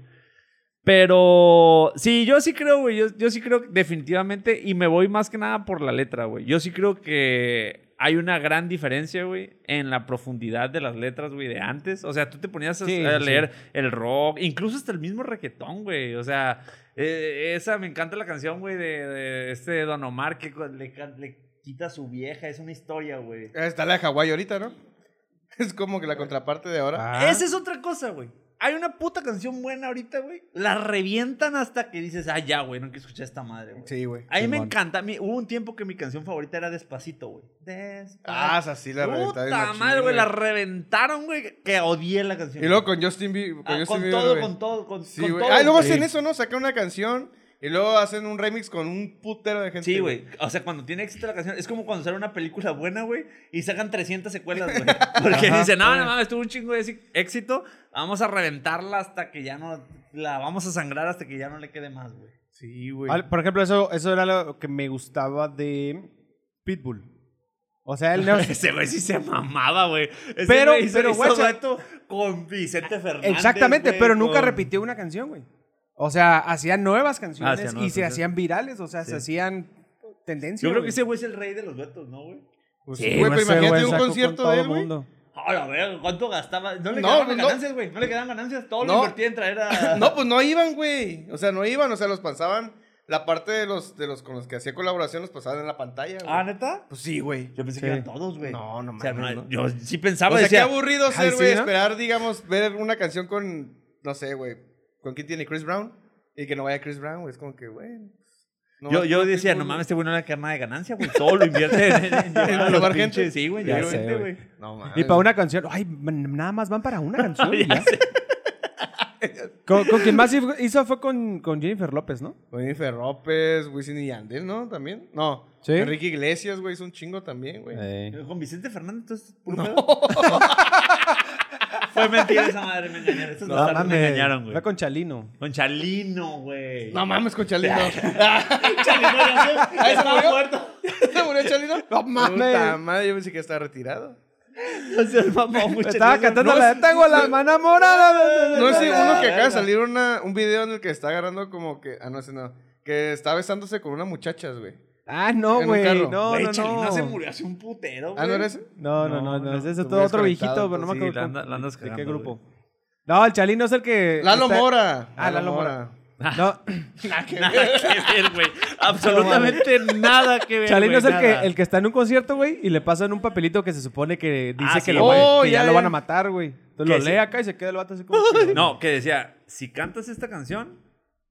Pero sí, yo sí creo, güey. Yo, yo sí creo que definitivamente, y me voy más que nada por la letra, güey. Yo sí creo que hay una gran diferencia, güey, en la profundidad de las letras, güey, de antes. O sea, tú te ponías a,
Sí,
a
sí.
leer el rock, incluso hasta el mismo reggaetón, güey. O sea, eh, esa me encanta la canción, güey, de, de este Don Omar que cu- le, can- le quita a su vieja. Es una historia, güey.
Está la de Hawái ahorita, ¿no? Es como que la contraparte de ahora.
Ah.
Esa es otra cosa, güey. Hay una puta canción buena ahorita, güey. La revientan hasta que dices, ah, ya, güey, no quiero escuchar esta madre, güey.
Sí, güey.
A mí me
Simón.
encanta. A mí- hubo un tiempo que mi canción favorita era Despacito, güey. Despacito.
Ah, esa sí la reventaron. bien
Puta
machín,
madre, güey. La reventaron, güey. Que odié la canción.
Y luego con Justin Bieber. Con,
Ah,
Justin
con,
Bieber,
todo,
güey.
con todo, con
Sí,
con
güey.
todo.
Ah, y luego
Sí.
hacen eso, ¿no? Sacan una canción y luego hacen un remix con un putero de gente.
Sí, güey. O sea, cuando tiene éxito la canción, es como cuando sale una película buena, güey, y sacan 300 secuelas, güey. Porque dicen, no, no mames, tuvo un chingo de éxi- éxito, vamos a reventarla hasta que ya no, la vamos a sangrar hasta que ya no le quede más, güey.
Sí, güey.
Al- Por ejemplo, eso, eso era lo que me gustaba de Pitbull. O sea, él no.
Ese güey sí se mamaba, güey. Ese
Pero-
güey hizo-
pero,
hizo
guacha-
dueto con Vicente Fernández.
Exactamente,
güey,
pero nunca
con-
repitió una canción, güey. O sea, hacían nuevas canciones
Hacían
y
Ah, nuevas
se
canciones.
hacían virales, o sea, se
Sí.
hacían tendencias.
Yo creo que ese güey es el rey de los duetos, ¿no, güey?
Pues,
Sí,
güey,
güey,
pero
ese güey
imagínate un
sacó con
concierto
todo
de él, güey.
mundo.
Ahora, güey, ¿cuánto gastaba? No le
No,
quedaban
pues, no.
ganancias, güey. No. le quedaban ganancias. Todo
No.
lo invertía en traer a.
No, pues no iban, güey. O sea, no iban, o sea, los pasaban. La parte de los, de los con los que hacía colaboración los pasaban en la pantalla, güey.
Ah, neta.
Pues sí, güey.
Yo pensé
Sí.
que eran todos, güey.
No, no
O sea,
mames,
no,
no.
Yo sí
O
pensaba,
sea, qué
decía,
aburrido
Ay,
ser,
sí,
güey,
¿no?
esperar, digamos, ver una canción con, no sé, güey, con quién tiene Chris Brown y que no vaya Chris Brown, güey. Es como que, güey. no
yo,
vas
yo
con
decía,
Pitbull,
no
güey.
mames, este güey no le queda nada de ganancia, güey. Todo lo invierte en, en, en llevar a los
Llevar
pinches-
gente.
Sí, güey,
Ya
ya
sé,
gente,
güey.
güey.
No mames.
Y para una canción, ay, man, nada más van para una canción.
Ya
ya. con, con quien más hizo fue con, con Jennifer López, ¿no?
Jennifer López, Wisin y Yandel, ¿no? También. No.
Sí.
Enrique Iglesias, güey, es un chingo también, güey.
Con Vicente Fernández, entonces, puro pedo. Fue mentira esa madre, me engañaron. Estos bastardos me
mames,
engañaron,
Fue
güey.
con Chalino.
Con Chalino, güey.
No mames con Chalino.
Chalino ya se- ya
se
estaba
murió.
muerto.
¿Se murió Chalino?
No
Puta
mames.
madre, yo pensé que estaba retirado.
No seas mamón, muchachos.
Estaba cantando
no
la
es-
de Tengo la mano enamorada.
No es uno que acaba
acá
de salir una, un video en el que está agarrando como que. Ah, no, ese no. Que está besándose con unas muchachas, güey.
Ah, no,
En un
güey.
carro.
No,
Güey,
no,
Chalino se
no.
murió hace un putero, güey.
Ah, no era ese.
No, no, no,
No,
no.
no.
Ese es
Tú
otro
me
otro viejito,
desconectado,
pero no me
Sí,
acuerdo.
la anda- la andas
de qué
cagando,
grupo. No, el Chalino es el que.
Lalo
está-
Mora.
Este, Ah, Lalo Mora. No,
Nada que ver, güey. Absolutamente nada que ver.
Chalino
güey,
es el que,
nada.
el que está en un concierto, güey, y le pasan un papelito que se supone que dice
Ah,
que,
sí.
lo, va-
Oh,
que ya,
ya,
lo
ya.
van a matar, güey. Entonces
Que
lo
sí.
lee acá y se queda el vato así como... que-
No, que decía, si cantas esta canción,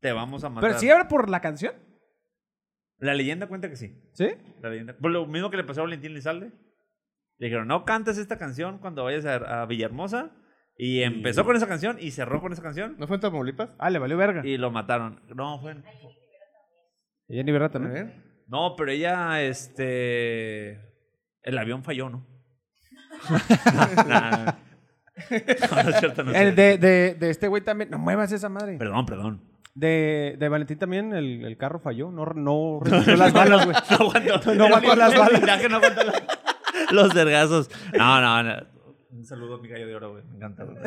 te vamos a matar.
Pero sí era por la canción,
La leyenda cuenta que sí.
¿sí?
La leyenda. Por lo mismo que le pasó a Valentín Lizalde. Le dijeron, no cantes esta canción cuando vayas a, a Villahermosa. Y empezó con esa canción y cerró con esa canción.
¿No fue en Tamaulipas?
Ah, le valió verga. Y
Y lo mataron. No, fue en-
Jenny Berra
A
también.
ver.
No, pero ella, este. El avión falló, ¿no? Nah, nah. No, no es cierto, no es cierto.
El de, de, de este güey también. No muevas esa madre.
Perdón, perdón.
De, de Valentín también el, el carro falló. No, no resistió las balas, güey.
No aguantó,
No aguantó
el-
las
el
balas.
blindaje no aguantó la- los dergazos. No, no, no. Un saludo a mi gallo de oro, güey. Me encanta. güey.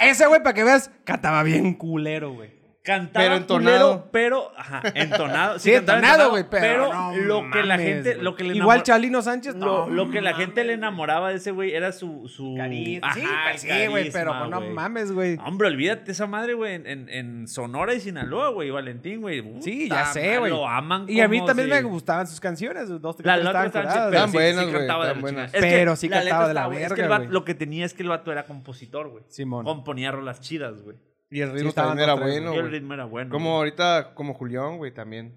Ese güey, para que veas, cantaba bien culero, güey.
Cantaba
Pero
pero
entonado.
entonado. pero, ajá, entonado.
Sí,
cantaba
entonado, güey, pero no
lo que la
mames,
gente,
güey.
lo que le
Igual
enamor-
Chalino Sánchez.
Lo,
no
lo que la gente le enamoraba de ese güey era su. su
Cari-
ajá,
sí,
el
pues sí, güey,
carisma,
pero pues, no
güey.
mames, güey.
Hombre, olvídate esa madre, güey, en, en- en Sonora y Sinaloa, güey, Valentín, güey.
Sí,
Puta
ya sé,
madre,
güey.
Lo aman
Y a mí
como
también
si-
me gustaban sus canciones. Dos, tres
La
que
letra
estaban
estaba
curadas.
Estaban
sí,
buenas,
sí
güey,
cantaba de la
estaban
chingada.
buenas.
Es que
Pero sí
la letra
cantaba de la
estaba buena. Es que el
verga,
vato-
güey.
lo que tenía es que el vato era compositor, güey.
Simón.
Componía rolas chidas, güey.
Y el
Sí,
ritmo
estaban
también era
otras,
bueno,
Y el
güey.
ritmo era bueno.
Como
güey.
ahorita, como Julián, güey, también.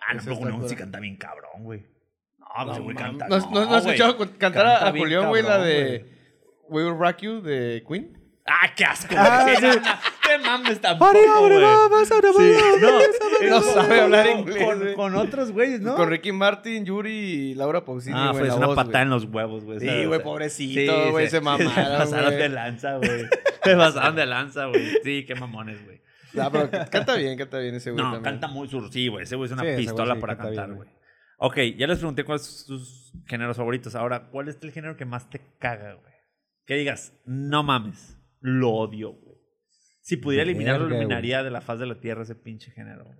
Ah, no,
Ese
pero
está
Julián sí
fuera.
canta bien cabrón, güey. No, pues, güey,
No,
canta.
¿No, no, no
güey.
has escuchado con- cantar
Canta
a, a
bien
Julián, güey, la
cabrón,
de We Will Rock You de Queen?
Ah, qué asco, güey.
Ah,
Sí,
sí.
no, no, Te mames tampoco,
Pare, abre,
güey.
va, vas, abre, va, abre,
no
va.
sabe hablar
Con-
inglés,
con-
güey.
Con otros güeyes, ¿no?
Con Ricky Martin, Yuri y Laura Pausini,
Ah,
güey.
fue
la
una
voz,
patada
güey.
en los huevos, güey.
Sí,
esa-
güey,
esa-
pobrecito, güey, se mamaron,
pasaron
güey.
de lanza, güey. Se pasaron de lanza, güey. Sí, qué mamones, güey.
No, pero canta bien, canta bien ese güey
No,
también.
canta muy sur. Sí, güey. Ese güey es una
Sí, ese güey
pistola
sí
para
canta bien,
cantar,
güey.
güey. Ok, ya les pregunté cuáles son sus géneros favoritos. Ahora, ¿cuál es el género que más te caga, güey? Que digas, no mames, lo odio, güey. Si pudiera eliminarlo,
Verga,
eliminaría de la faz de la tierra ese pinche género, güey.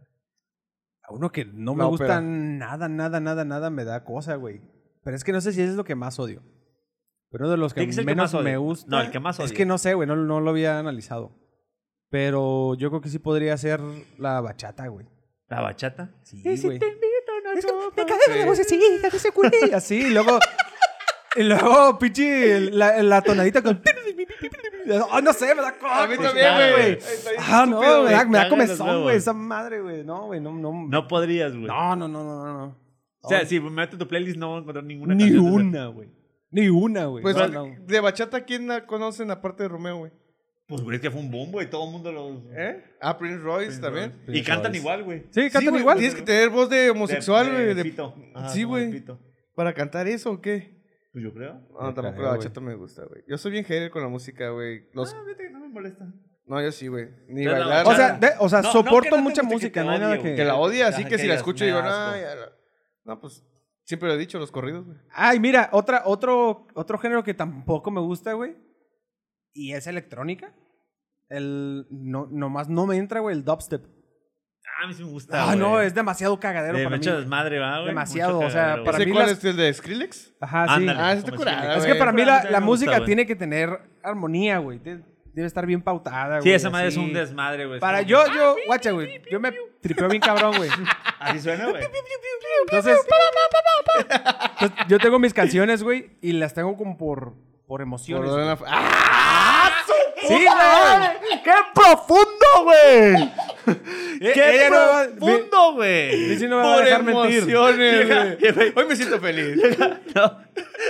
A Uno que no me
No,
gusta
pero-
nada, nada, nada, nada me da cosa, güey. Pero es que no sé si ese es lo que más odio. Pero uno de los que
Tiene que ser
menos
el que más odia.
me gusta.
No, el que más
Es
odia.
que no sé, güey, no, no lo había analizado. Pero yo creo que sí podría ser la bachata, güey.
¿La bachata?
Sí,
Y si
güey.
te invito a una
Es que
copa.
me cagaron la vocecita, que se culé. Y así, y luego. Y luego, pinche, la, la tonadita con. Ah, no sé, me da cosa.
A mí
güey.
también,
Claro,
güey.
güey.
Está bien
Ah, no,
estúpido,
me da,
güey.
me da
Cagan los
comezón,
huevos.
güey. Esa madre, güey. No, güey, no, no.
No podrías, güey.
No, no, no, no, no, no.
O sea, si meto tu playlist no voy a encontrar ninguna
Ni
canción de-
una, güey. Ni una, güey.
Pues
No, no.
de bachata, ¿quién la conocen aparte de Romeo, güey?
Pues, güey, es que fue un boom, güey. Todo el mundo lo...
¿Eh? Ah, Prince Royce también.
Y cantan igual, güey.
Sí, cantan
güey,
igual.
Tienes que tener voz de homosexual,
De-
güey.
de
de-
pito. Ajá,
sí,
como de
güey.
pito.
¿Para cantar eso o qué?
Pues yo creo.
No,
Me
tampoco
cagué,
la
güey.
bachata me gusta, güey. Yo soy bien hater con la música, güey. Los-
Ah, fíjate que no me molesta.
No, yo sí, güey. Ni
Pero la
bailar.
O sea,
nada.
de- o sea
No, no, que
soporto
no te
mucha
guste, que
música,
te
no hay nada
odie,
que.
güey.
que la odia, así
Ajá,
que
que
si la
digas,
escucho
me
digo,
da
"Ay,
asco".
a la-". no, pues siempre lo he dicho, los corridos, güey.
Ay, mira, otra, otro, otro género que tampoco me gusta, güey. Y es electrónica. El. No, nomás no me entra, güey, el dubstep.
Ah, a mí sí me gusta,
Ah,
güey.
no, es demasiado cagadero
De
para mí.
mucho desmadre, ¿va, güey?
Demasiado,
Mucho
o sea,
cagadero,
para
güey.
¿Ese
mí
cuál
las-
es el de Skrillex?
Ajá, sí.
Ándale,
Ah, está
como
curada,
Skrillex.
güey.
Es que para mí
Pero a mí
la,
también
la
me
música
gusta, güey.
tiene que tener armonía, güey. De- Debe estar bien pautada, güey.
Sí, esa madre es
así.
un desmadre, güey. Es
Para
como-
yo, yo, guacha, güey. Yo me tripeo bien cabrón, güey.
Así suena, güey.
Entonces, entonces, yo tengo mis canciones, güey, y las tengo como por, por emociones.
Por
güey.
una- ¡Ah!
¡Sí, güey!
¡Qué profundo, güey!
Ella eh, no va-
profundo, güey!
Dice, no me va a
Por
dejar mentir.
emociones,
Llega-
güey.
llega-
Hoy me siento feliz.
No.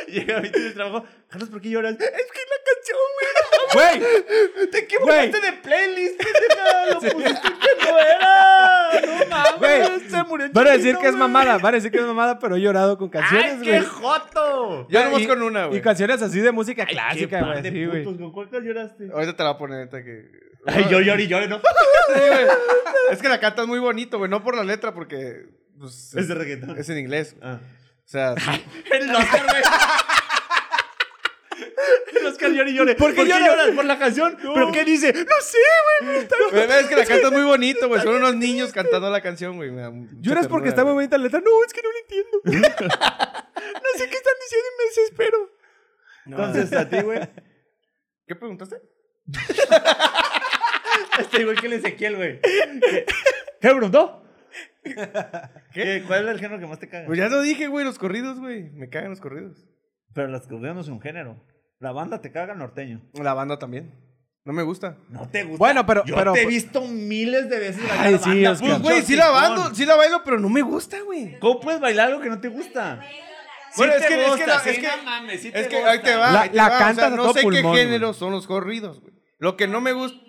Llega a mi tío de trabajo. Carlos, ¿por qué lloras? Es que la canción, güey.
¡Güey!
Te equivocaste de playlist, pendeja. Lo pusiste que no era. No mames.
Güey,
Se murió
Van a decir
Chalino,
que es
güey.
mamada, van a decir que es mamada, pero he llorado con
¡Ay,
canciones,
qué
güey.
joto!
Yo nomás
Y-
con una,
Y
güey.
canciones así de música
Ay, qué
clásica,
par
güey.
de
así, güey.
putos, ¿Con cuál lloraste?
Ahorita te la voy a poner neta que.
Ay, yo lloré, lloré, ¿no?
Sí, güey. Es que la cantas muy bonito, güey. No por la letra, porque pues,
Es de reggaetón.
es en inglés.
Ah.
O sea, sí.
El Oscar, güey. El Oscar llora y llora. ¿Por qué lloras por la canción? ¿Pero qué dice? No sé, güey. pero está-
Pero es que la canta muy bonito, güey. Son unos niños cantando la canción, güey. me da mucha
Lloras porque
ternura,
está muy
güey.
bonita la letra. No, es que no la entiendo.
No sé qué están diciendo y me desespero.
Entonces, a ti, güey.
¿Qué preguntaste?
Este igual que el Ezequiel, güey. ¿Qué, ¿Qué preguntó? ¿Qué? ¿Cuál es el género que más te caga?
Pues ya lo dije, güey, los corridos, güey. Me cagan los corridos.
Pero las corridas no es un género. La banda te caga norteño.
La banda también. No me gusta.
No te gusta.
Bueno, pero-
Yo
pero-
te he
pues
visto miles de veces bailar
Ay, sí,
banda. Pues,
Oscar.
pinche
Güey, sí la
hocicón.
bando, sí la bailo, pero no me gusta, güey.
¿Cómo puedes bailar algo que no te gusta?
Bueno,
Sí
es
te
que- es que
gusta,
la-
sí,
es que-
no mames, sí
Es
te
que
gusta.
ahí te va.
La-
ahí te
la
va,
cantas a
no
todo
sé
pulmón,
qué
güey.
género son los corridos, güey. Lo que no me gusta.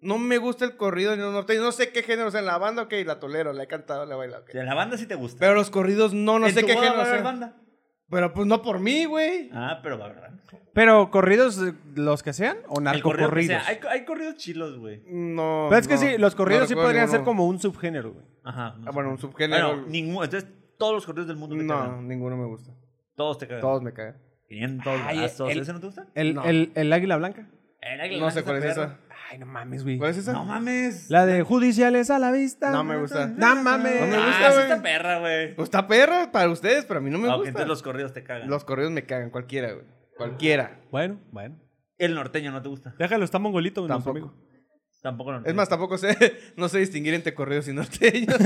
No me gusta el corrido en los norteños. No sé qué género. O sea, en la banda, ok, la tolero, la he cantado, la he bailado. ok.
De la banda sí te gusta.
Pero los corridos no, no
¿En
sé
tu
qué
boda va
género.
a haber
sea.
banda?
Pero pues no por mí, güey.
Ah, pero va a haber
Pero corridos, eh, los que sean, o
El corrido que sea.
narcocorridos.
Hay, hay corridos chilos, güey.
No.
Pero es que
no,
sí, los
no
corridos sí
recuerdo
podrían ser
ninguno.
como un subgénero, güey.
Ajá. no
Ah,
sé.
bueno, un subgénero.
Bueno, ningún- Entonces, todos los corridos del mundo te
No,
cagan.
ninguno me gusta.
Todos te cagan.
Todos me cagan.
500
Ay,
brazos.
el-
¿Ese no te gusta?
El,
No.
el, el águila blanca.
El águila
No sé
blanca
cuál es
está
esa.
perro.
Ay, no mames, güey.
¿Cuál es esa?
No mames.
La de judiciales a la vista.
Pues, No me gusta.
No mames.
No me
ah,
gusta,
sí
güey.
está perra, güey.
Pues está perra para ustedes, pero a mí no me
Ah, ok,
gusta.
entonces
Los...
los corridos te cagan.
corridos me cagan, cualquiera, güey. Cualquiera.
Bueno, bueno.
El norteño no te gusta.
Déjalo, está mongolito, nuestro
Tampoco.
amigo.
Tampoco el norteño.
Es más, tampoco sé, no sé distinguir entre corridos y norteños.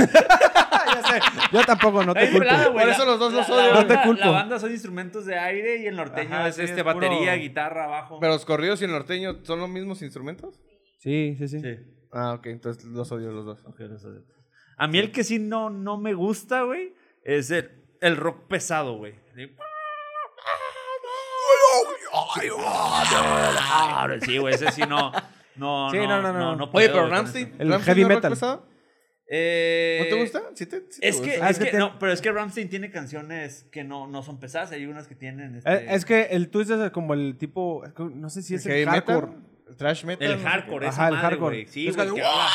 Yo tampoco, no
Ay,
te culpo.
pelado, güey.
Por
La-
eso los dos
la-
los
la
odio.
No te
banda-
culpo.
La banda son instrumentos de aire y el norteño
Ajá,
es
sí,
este
es puro-
batería, guitarra, bajo.
Pero los corridos y el norteño son los mismos instrumentos.
Sí, sí, sí.
Sí.
Ah, ok, entonces los odio los dos.
ok, los odio.
A mí el que sí no, no me gusta, güey, es el, el rock pesado, güey. Sí, güey, ese sí no. No,
Sí,
no,
no, no, no.
Oye,
puedo
pero
con
Ramsey.
eso.
El heavy metal.
¿No
Eh,
te gusta? ¿Sí te, sí te
Es que,
gusta?
Ah,
es
es que
que
te-
no, pero es que Ramstein tiene canciones que no, no son pesadas. Hay unas que tienen. este,
Eh, Es que el twist es como el tipo. es que No sé si es el,
¿Heavy
hardcore.
metal? ¿El trash metal?
el
No sé
hardcore, eh.
qué.
esa
Ajá, el
madre,
hardcore.
güey. Sí,
Es
güey,
que-
que habla-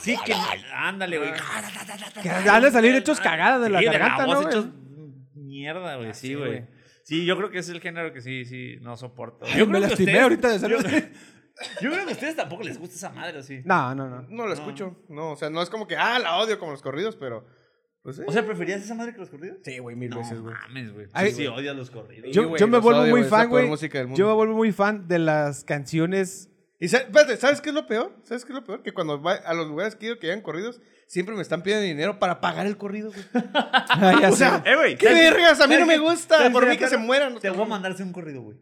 Sí, que. Ándale, güey.
Que han de salir hechos cagadas de la
Sí,
garganta,
voz
¿no?
hechos
güey?
Mierda, güey. Sí,
sí,
güey.
güey.
Sí, yo creo que ese es el género que sí, sí, no soporto.
Ay,
Yo
me
creo que
lastimé
ustedes-
ahorita de
yo,
salud.
yo creo que a ustedes tampoco les gusta esa madre, así.
No, no, no.
qué. No lo escucho. No, o sea, no es como que, ah, la odio como los corridos, pero. Pues, eh.
O sea, ¿preferías esa madre que los corridos?
sí, güey, mil
no
veces, güey.
mames, güey. Sí,
Ay,
sí, odias los corridos.
Yo,
Sí, güey,
yo me
los
vuelvo
odio,
muy
güey, es la
fan,
peor
güey.
música del mundo.
Yo me vuelvo muy fan de las canciones.
Y sa- espérate, ¿sabes qué es lo peor? ¿Sabes qué es lo peor? Que cuando va a los lugares que yo que hayan corridos, siempre me están pidiendo dinero para pagar el corrido, güey.
Ay, ya
O
sé.
sea,
Eh, güey,
qué
¿sabes-
vergas, a mí no
sabes
me
qué-
gusta.
sabes
Por
qué,
mí que se
Ricardo?
muerdan. los
Te voy a
cabrones.
mandarse un corrido, güey.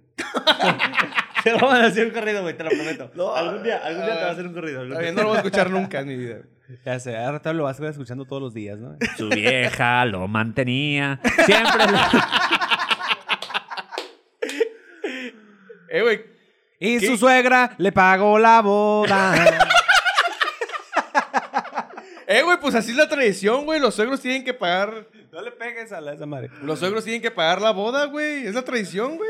te voy a mandar hacer un corrido, güey, te lo prometo. algún día, algún día te va a hacer un corrido. algún
Está bien,
día.
No lo voy a escuchar nunca en mi vida. güey.
ya sé, ahora te lo vas a estar escuchando todos los días, ¿no?
Su vieja lo mantenía. Siempre.
Eh, güey.
Y su suegra le pagó la boda.
Eh, güey, pues así es la tradición, güey. Los suegros tienen que pagar.
no le pegues a la- esa madre.
Los suegros tienen que pagar la boda, güey. Es la tradición, güey.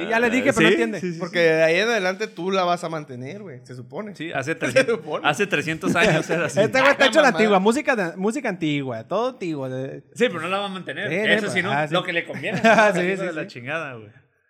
Sí, ya le dije, pero no entiende.
Porque de ahí en adelante tú la vas a mantener, güey. Se supone.
Sí, hace 300,
supone.
hace 300 años era así.
Este güey está hecho a la
mamá.
antigua, música, de- música antigua, todo antiguo. de-
Sí, pero no la va a mantener.
Sí,
Eso
no,
sí, ¿no?
ah, sí.
Lo que le conviene.
Ah, sí,
Hijo
sí,
de
sí.
la chingada, güey.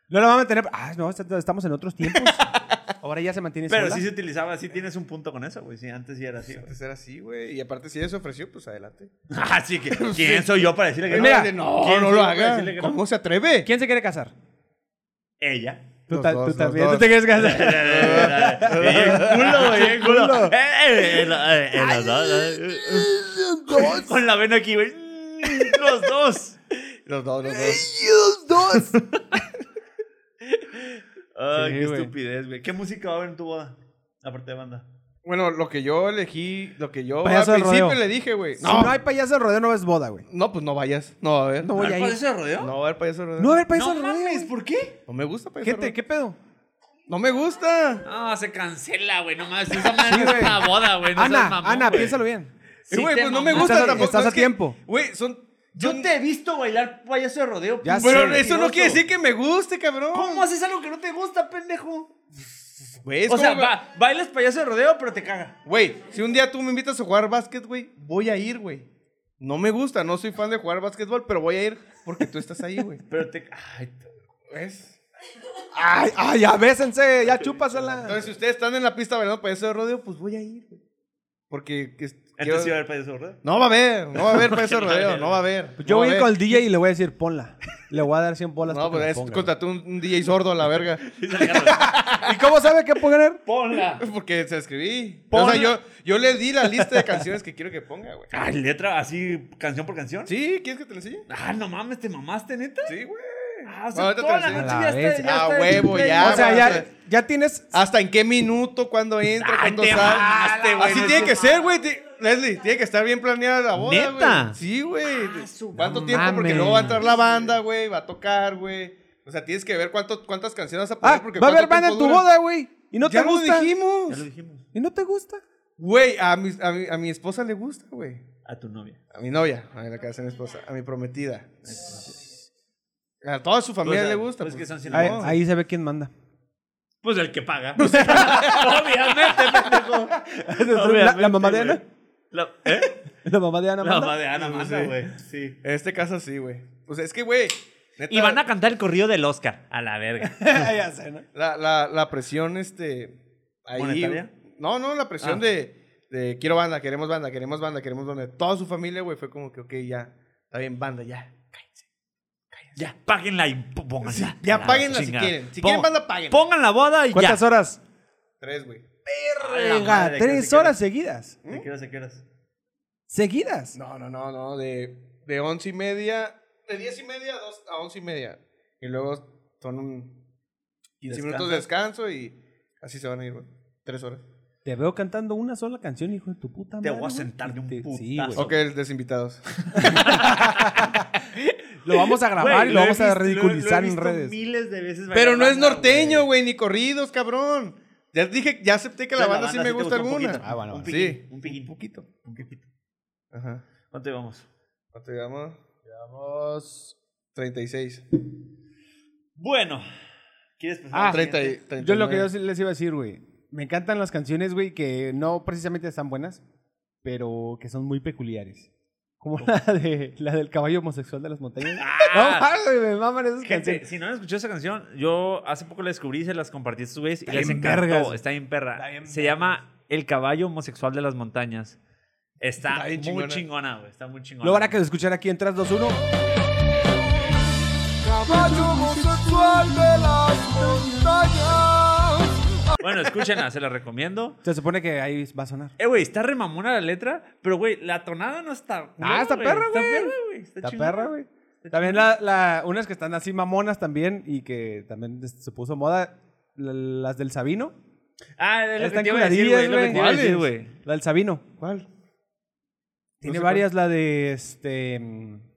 No la va a mantener. Ah, no, est- estamos en otros tiempos. Ahora ya se mantiene
Pero
sola.
sí se utilizaba, sí tienes un punto con eso, güey. Sí, antes sí era así, güey.
Antes era así, güey. Y aparte, si ella se ofreció, pues adelante.
Así Ah, que, ¿quién soy yo para decirle que
Él
no?
me
Pues mira,
dice, no,
¿quién
no
soy
lo
yo para
haga.
decirle que no?
¿Cómo se atreve?
¿Quién se quiere casar?
Ella.
Tú,
Los
ta-
dos,
tú
los
también. ¿Tú
dos.
te quieres casar?
Bien culo, güey, bien culo. Eh, eh, eh, la- eh, eh, las dos, eh. Con la vena aquí, güey. Los dos.
Los dos, los dos.
Ay,
Sí,
qué
güey.
estupidez, güey. ¿Qué música va a haber en tu boda? Aparte de banda.
Bueno, lo que yo elegí, lo que yo
Payaso
al
del
principio
rodeo.
le dije, güey.
Si
No,
no
no,
hay payaso del rodeo, no ves boda, güey.
pues no vayas. No, a ver.
No
No,
voy a ir.
de rodeo?
no va a haber payaso del rodeo.
No va a haber payaso
No
del rodeo.
mames,
güey.
¿por qué?
No me gusta payaso
¿Qué,
del
te-
rodeo.
¿Qué pedo?
No me gusta.
Ah, se cancela, güey. No mames, esa madre es
güey.
una boda, güey. No seas
Ana,
mamón,
Ana,
güey.
piénsalo bien.
Eh,
Sí
güey,
te
pues no me
mamaste.
gusta
Estás a-
tampoco.
estás
no
a
es que-
tiempo.
Güey, son.
Yo
son-
te he visto bailar payaso de rodeo.
Ya
pinche
sé.
Pero eso no
mentiroso.
quiere decir que me guste, cabrón.
¿Cómo haces algo que no te gusta, pendejo?
Güey, es
o sea,
como-
va- bailas payaso de rodeo, pero te caga.
Güey, si un día tú me invitas a jugar básquet, güey, voy a ir, güey. No me gusta, no soy fan de jugar básquetbol, pero voy a ir porque tú estás ahí, güey.
Pero te. Ay, t-
¿Ves?
Ay, ay, ya bésense, ya chúpasela.
Entonces, si ustedes están en la pista bailando payaso de rodeo, pues voy a ir, güey. Porque. es-
Antes
quiero-
iba ¿este a haber payaso, ¿verdad?
No va a haber, no va a haber payaso de rodeo, no va a haber.
Pues yo
no
voy
va
a
a
ir
haber.
con el DJ y le voy a decir, ponla. Le voy a dar 100 bolas. para
No,
que
pues
la
es,
ponga.
contraté un, un DJ sordo a la verga.
¿Y cómo sabe qué poner?
¡Ponla!
Porque se escribí.
Pon-
O sea, yo, yo le di la lista de canciones que quiero que ponga, güey.
Ay, letra así, canción por canción.
¿Sí? ¿Quieres que te la enseñe?
Ah, no mames, te mamaste, neta.
Sí, güey.
Ah, o
Ah,
sea,
ahorita
toda
te
la
enseño.
noche
A
ya
la
está.
vez.
ya
Ah,
está-
huevo, ya.
o sea,
bueno, o
ya,
sea-
ya tienes.
Ah,
¿Hasta en qué minuto? ¿Cuándo entra?
Ay,
¿Cuándo
te
sale?
mamaste, güey,
Así
no
tiene
sé.
que ser, güey. Ti- Leslie, tiene que estar bien planeada la boda, güey.
¿Neta?
Sí, güey.
su-
¿Cuánto
No
tiempo? Porque
mames.
luego va a entrar la banda, güey. Va a tocar, güey. O sea, tienes que ver cuánto, cuántas canciones vas a poner.
Ah,
porque
va a haber
cuánto
banda en
tiempo
tu
dura.
boda, güey. Y no
ya
te
lo
gusta.
dijimos.
Y no te gusta.
Güey, a mi, a, mi, a mi esposa le gusta, güey.
A tu novia.
A mi novia, a la que hace mi esposa, a mi prometida. A toda su familia
O sea,
le gusta.
pues que son sin
Ahí,
amor.
ahí se ve quién manda.
Pues el que paga. Obviamente, pendejo.
La, la mamá
Obviamente,
de Ana.
güey. La- ¿Eh?
La mamá de Ana
La
manda.
mamá de Ana manda,
sí.
güey. Sí.
En este caso sí, güey. O sea, es que, güey. neta,
Y van a cantar el corrido del Oscar. A la verga.
ya sé, ¿no?
La, la, la presión, este. Ahí,
¿Monetaria?
No, no, la presión
Ah.
de, de quiero banda, queremos banda, queremos banda, queremos banda. Toda su familia, güey, fue como que, ok, ya. Está bien, banda, ya.
Ya, páguenla y p- pónganla.
Ya
A la
páguenla si
chingada.
quieren. Si
Pon-
quieren banda, paguen.
Pongan la boda y ya.
¿Cuántas horas?
Tres, güey.
Venga, tres horas seguidas.
¿De qué
¿Eh?
horas a qué horas?
Seguidas.
No, no, no, no. De, de once y media. De diez y media a, dos, a once y media. Y luego son un 15 minutos de descanso y así se van a ir, güey. Tres horas.
Te veo cantando una sola canción, hijo de tu puta madre.
Te voy a
güey.
sentar de un
Te- Sí,
putazo.
güey.
Ok, desinvitados.
Lo vamos a grabar
Güey,
y lo
he
vamos a
visto- lo he-
ridiculizar
lo he visto
en redes.
miles de veces.
Pero
bailar
no es
banda,
norteño,
güey.
güey, ni corridos, cabrón. Ya dije, ya acepté que la, banda, sí me gusta
te un
alguna.
poquito.
Ah, bueno,
un
bueno.
piquín,
Sí.
Un piquín.
poquito.
Un piquín.
Ajá.
¿Cuánto llevamos?
¿Cuánto llevamos? Llevamos 36.
Bueno. ¿Quieres pensar?
Ah,
30 y-
Yo lo
39.
que yo sí les iba a decir, güey. Me encantan las canciones, güey, que no precisamente están buenas, pero que son muy peculiares. Como la, de, la del caballo homosexual de las montañas. No,
Ah.
mames, me maman esas
Gente,
canciones.
si no han escuchado esa canción, yo hace poco la descubrí, se las compartí a estos güeyes y
Está
les
bien
encantó.
vergas.
Está bien perra.
Está bien
se llama El caballo homosexual de las montañas. Está,
Está bien
muy
chingona.
chingona, güey. Está muy chingona.
Lo van a querer escuchar aquí en 3, 2, 1.
Bueno, escúchenla, se la recomiendo.
Se supone que ahí va a sonar.
Eh, güey, está remamona la letra, pero, güey, la tonada no está. culera,
Ah, está perra,
Está
güey.
perra, güey. Está,
La
chingona.
perra, güey. También la, la- unas que están así mamonas también y que también se puso moda. la- Las del Sabino.
Ah, es lo que
Están
te iba a decir,
curadillas,
güey. es lo que te iba a
güey.
decir, güey.
La del Sabino.
¿Cuál?
Tiene
sé
varias, la de este. mm,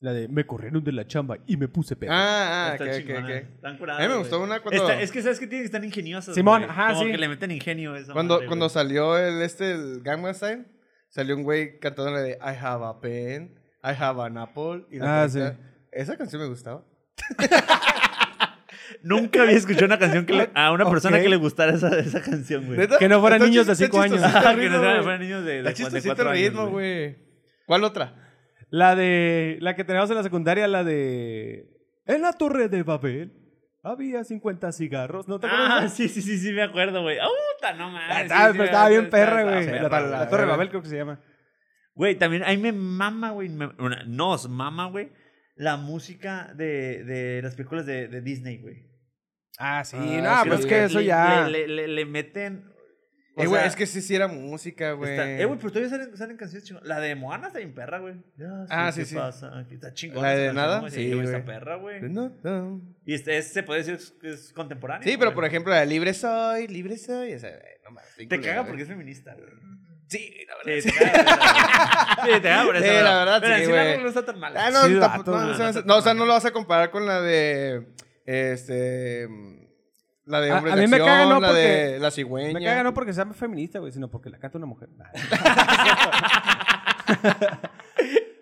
La de me corrieron de la chamba y me puse pedo.
Ah, ah,
Está
que, que,
chingona,
eh.
que.
Están curadas,
A mí me
güey.
gustó una cuando-
Está- es que sabes que tienen que estar ingeniosas.
Simón,
güey.
ajá,
Como
sí.
que le meten ingenio a esa
Cuando,
madre,
cuando
güey.
salió el este, el Gangnam Style, salió un güey cantándole de I have a pen, I have an apple. Y la
Ah, sí.
carita- Esa canción me gustaba.
Nunca había escuchado una canción que le- a una persona
Ok.
que le gustara esa, esa canción, güey.
¿Neta?
Que no fueran
Está
niños de
chis- está
cinco años.
chistosito el
Ah, que no
ritmo,
sean-
güey.
fueran niños de, de,
Está
cu- de
chistosito
cuatro
el
años,
ritmo, güey. ¿Cuál otra?
La de. La que teníamos en la secundaria, la de. En la torre de Babel había 50 cigarros. ¿No te acuerdas?
Ah, sí, sí, sí, sí, me acuerdo, güey. Ah, ¡Puta, no mames!
Ah,
sí,
estaba,
sí,
pero
me
estaba
acuerdo,
bien perra,
estaba
güey.
perra,
La,
pues, perra,
la
la
torre de
verga.
Babel creo que se llama.
Güey, también ahí me mama, güey. me- una- Nos mama, güey. La música de, de las películas de, de Disney, güey.
Ah, sí.
Ah,
no,
sí,
pero es
sí.
que eso
le-
ya.
Le, le- le- le meten. o
Eh, güey,
sea,
es que sí, sí era música, güey.
está- eh, güey, pero todavía salen, salen canciones chingonas. La de Moana está bien perra, güey. Ya sé
Ah, sí,
qué
sí.
pasa aquí. Está chingona.
¿La
esa
de
canción,
Nada?
güey.
Sí,
Sí, güey. Está
güey.
perra, güey.
No, no.
Y este, es- se puede decir que es contemporáneo.
Sí, pero
güey.
por ejemplo, la de libre soy, libre soy. O sea, eh, no mames.
Te caga porque es feminista, güey.
Sí, la verdad.
Sí, te caga por eso, güey. Sí, te caga por eso.
Sí, la verdad,
Pero
sí,
encima
güey.
no está tan mal.
Ah, no,
Sí, vato,
tampoco- no,
no,
o sea,
no
no,
te-
o sea, no lo vas a comparar con la de. Este. mm, La de
A-
hombres
a
de
mí me
acción,
caga, no,
la de
porque-
la cigüeña.
Me caga no porque sea feminista, güey, sino porque la canta una mujer. Nah.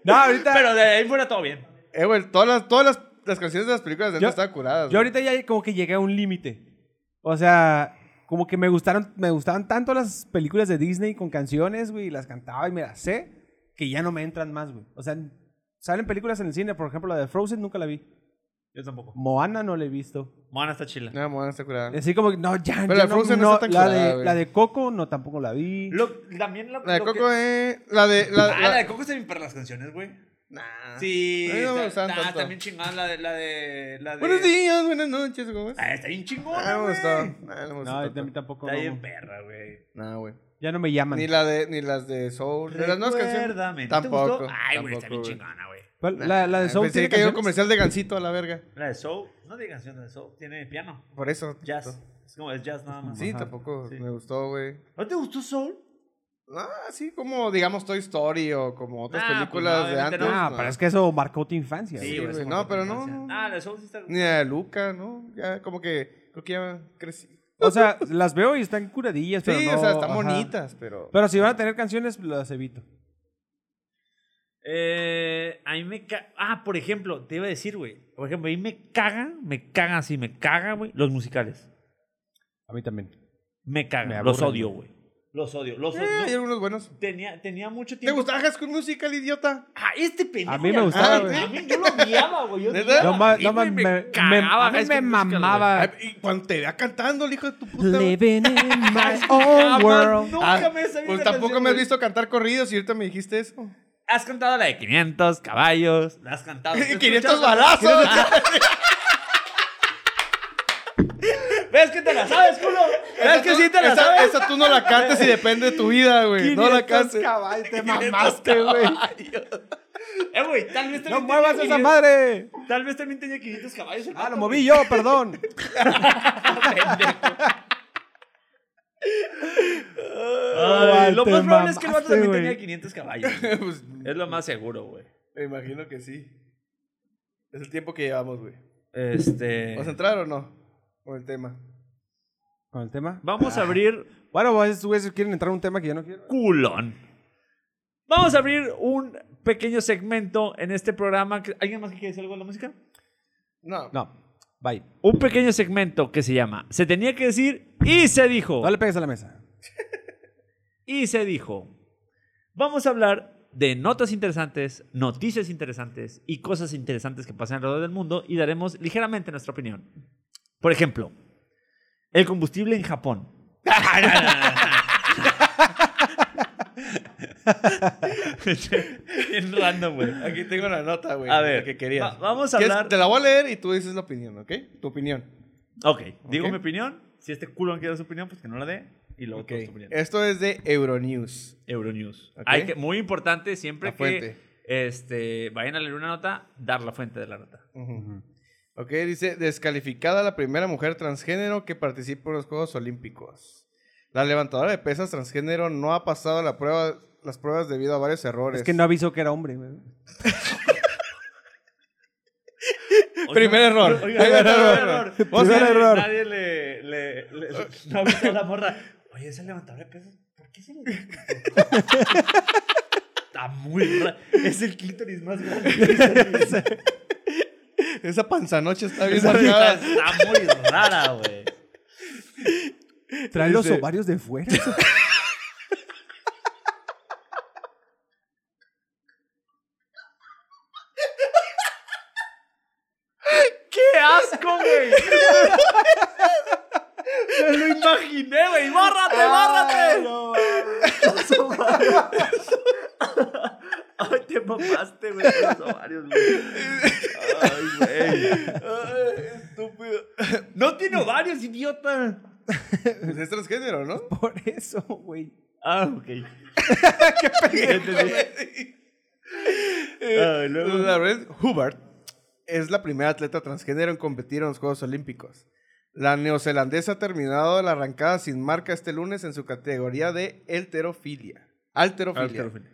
no, ahorita.
Pero de ahí fuera todo bien.
Eh, güey, todas las, todas las, las canciones de las películas de
Yo-
antes estaban curadas.
Yo
güey.
ahorita ya como que llegué a un límite. O sea, como que me gustaron, me gustaban tanto las películas de Disney con canciones, güey, y las cantaba y me las sé, que ya no me entran más, güey. O sea, salen películas en el cine, por ejemplo, la de Frozen nunca la vi.
Yo tampoco.
Moana no la he visto.
Moana está chila.
No, me van a estar curada.
Así como, que, no, ya,
Pero
ya
la
no,
Frozen no
no,
está tan
la,
curada,
de,
güey.
la de Coco no, también la vi.
Lo- también la,
La de
lo
Coco
que-
es. La de. La,
ah,
la-
la de Coco se me para las canciones, güey.
Nah.
Sí.
A mí no
está-
me gustaban
ah,
tanto.
está bien chingada la de, la de, la de.
Buenos días, buenas noches, ¿cómo es?
Ah, está bien chingona,
Ah, no me
güey.
gustó. Ah, no me gustó
no,
tanto.
a mí tampoco.
Está bien
No,
perra, güey.
Nah, güey.
ya no me llaman.
Ni, la de, ni las de Soul. De las nuevas canciones.
Recuérdame. ¿No te
Tampoco.
gustó? Ay, güey, está
tampoco,
bien
güey.
chingona, güey.
¿Cuál? la, la de
Ah,
Soul
Pensé
tiene
que había un
canciones?
comercial de Gancito a la verga.
La de Soul. No tiene canción de Soul. Tiene piano.
Por eso.
Jazz. Es como es jazz nada más.
Sí,
Ajá.
tampoco
Sí.
me gustó, güey.
¿No te gustó Soul?
Ah, sí, como digamos Toy Story o como otras
Nah, pues,
películas
no,
de
obviamente
antes.
no.
Ah,
no.
pero es que eso marcó tu infancia.
Sí,
güey.
güey,
es
no,
como
pero
tu
no,
infancia.
no.
Ah, la de Soul sí está.
Ni la de Luca, ¿no? Ya como que creo que ya crecí.
O sea, las veo y están curadillas,
Sí,
pero no,
o sea, están
ajá.
bonitas, pero...
Pero si van a tener canciones, las evito.
Eh, a mí me caga. Ah, por ejemplo, te iba a decir, güey. Por ejemplo, a mí me caga, me caga así, me caga, güey, los musicales.
A mí también.
Me cagan,
Me
los
aburren,
odio, güey. Los odio, los
Eh,
odio.
hay algunos buenos.
Tenía, tenía mucho
¿Te
tiempo.
gustaba High School Musical, idiota?
Ah, este pendejo.
A mí me
ya-
gustaba,
Ah,
güey.
A mí yo lo odiaba, güey. Yo
¿Neta?
odiaba.
No
No, ma-
Sí,
no ma-
Ah, güey,
me, me,
cagaba
a mí
High
me
School Musical, güey.
mamaba.
Ay, y cuando te vea cantando, el hijo de tu puta... güey.
Living in my
Jamás,
own world.
Nunca
Ah,
me he sabido
Pues
esa
tampoco
canción,
me has
güey.
visto cantar corridos y ahorita me dijiste eso.
Has cantado la de 500 caballos. La has cantado. ¿Te
500
escuchas?
balazos.
¿Ves que te la sabes, culo? ¿Ves
Esa
que
tú-
sí te la
esa-
sabes?
Esa tú no la cantes y depende de tu vida, güey. No la cantes.
caballos, te mamaste, güey.
Eh, güey, tal vez también
No
tenía
muevas esa
500
madre.
Tal vez también tenía 500 caballos. el
Ah, lo
vato,
moví yo, perdón.
Ay, lo más
Te
probable es que el vato
mamaste,
también
güey.
tenía 500 caballos. güey.
Pues,
Es lo más seguro, güey.
me imagino que sí. Es el tiempo que llevamos, güey.
Este.
¿Vas a entrar o no? Con el tema.
¿Con el tema?
Vamos a abrir
Bueno, pues, güeyes quieren entrar a un tema que yo no quiero.
culón. Vamos a abrir un pequeño segmento en este programa. que- ¿Alguien más que quiere decir algo de la música?
No.
No, bye.
Un pequeño segmento que se llama Se tenía que decir y se dijo.
No le pegues a la mesa.
Y se dijo. Vamos a hablar de notas interesantes, noticias interesantes y cosas interesantes que pasan alrededor del mundo y daremos ligeramente nuestra opinión. Por ejemplo, el combustible en Japón. Bien random, güey.
Aquí tengo la nota, güey.
A
de
ver,
la que querías.
va- vamos a
¿Quieres-
hablar-
Te la voy a leer y tú dices la opinión, ¿ok? Tu opinión.
Ok, digo
Ok.
mi opinión. Si este culo no quiere dar su opinión, pues que no la dé. Y luego
Ok.
todos tu opinión.
Esto es de Euronews.
Euronews.
Ok.
Hay que, muy importante siempre
La
que
fuente.
este, vayan a leer una nota, dar la fuente de la nota.
Ujú. Ok, dice, descalificada la primera mujer transgénero que participa en los Juegos Olímpicos. La levantadora de pesas transgénero no ha pasado la prueba, las pruebas debido a varios errores.
Es que no avisó que era hombre. güey.
Primer error.
Oiga,
Primer error.
Vos
Primer
nadie-
error.
Nadie le, le, le- no avisó a la morra. Oye, ese levantador de pesas, ¿por qué se le Está muy raro. Es el clítoris más grande.
Esa panzanoche está bien
está,
marcada.
está muy rara, güey.
Trae los
Dice-
ovarios de fuera.
¡Qué asco, güey! Me lo imaginé, güey. ¡Bárrate,
Ah,
bárrate! Ay, te mamaste, güey, con los ovarios, güey. Ay, güey. Ay, estúpido. No tiene ovarios, idiota.
Pues es transgénero, ¿no?
Por eso, güey.
Ah, ok. Qué Ah, y luego.
La red Hubbard es la primera atleta transgénero en competir en los Juegos Olímpicos. La neozelandesa ha terminado la arrancada sin marca este lunes en su categoría de elterofilia. Alterofilia.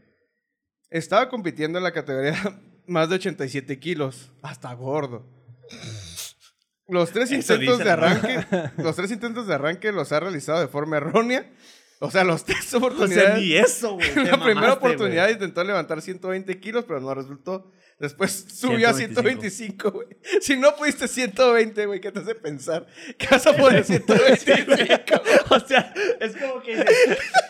Estaba compitiendo en la categoría más de 87 kilos, hasta gordo. Los tres
Eso
intentos
dicen,
de
¿no?
arranque, los tres intentos de arranque los ha realizado de forma errónea. O sea, los tres
O sea,
oportunidades.
ni eso, güey. Te
la primera
mamaste,
oportunidad intentó levantar 120 kilos, pero no resultó. Después subió a 125, güey. Si no pudiste 120, güey, ¿qué te hace pensar? ¿Qué vas a poder 125?
güey. O sea, es como que dices,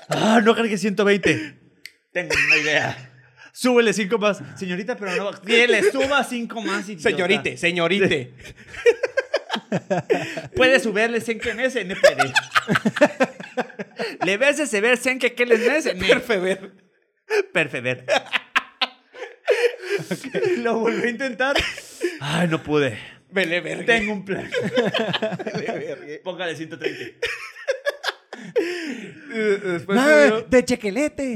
Ah, no cargué 120. Tengo una idea. súbele cinco más. Señorita, pero no. Que le suba cinco más. idiota.
Señorite, señorite.
Puede subirle sin que en ese, ne puede. Le ves ese ver sin que que les nece, ne. Perfeber. Perfeber. Lo volví a intentar. Ay, no pude.
Vele verga.
Tengo un plan. Póngale 130.
Después
Ah,
Nada,
subió,
de chequelete.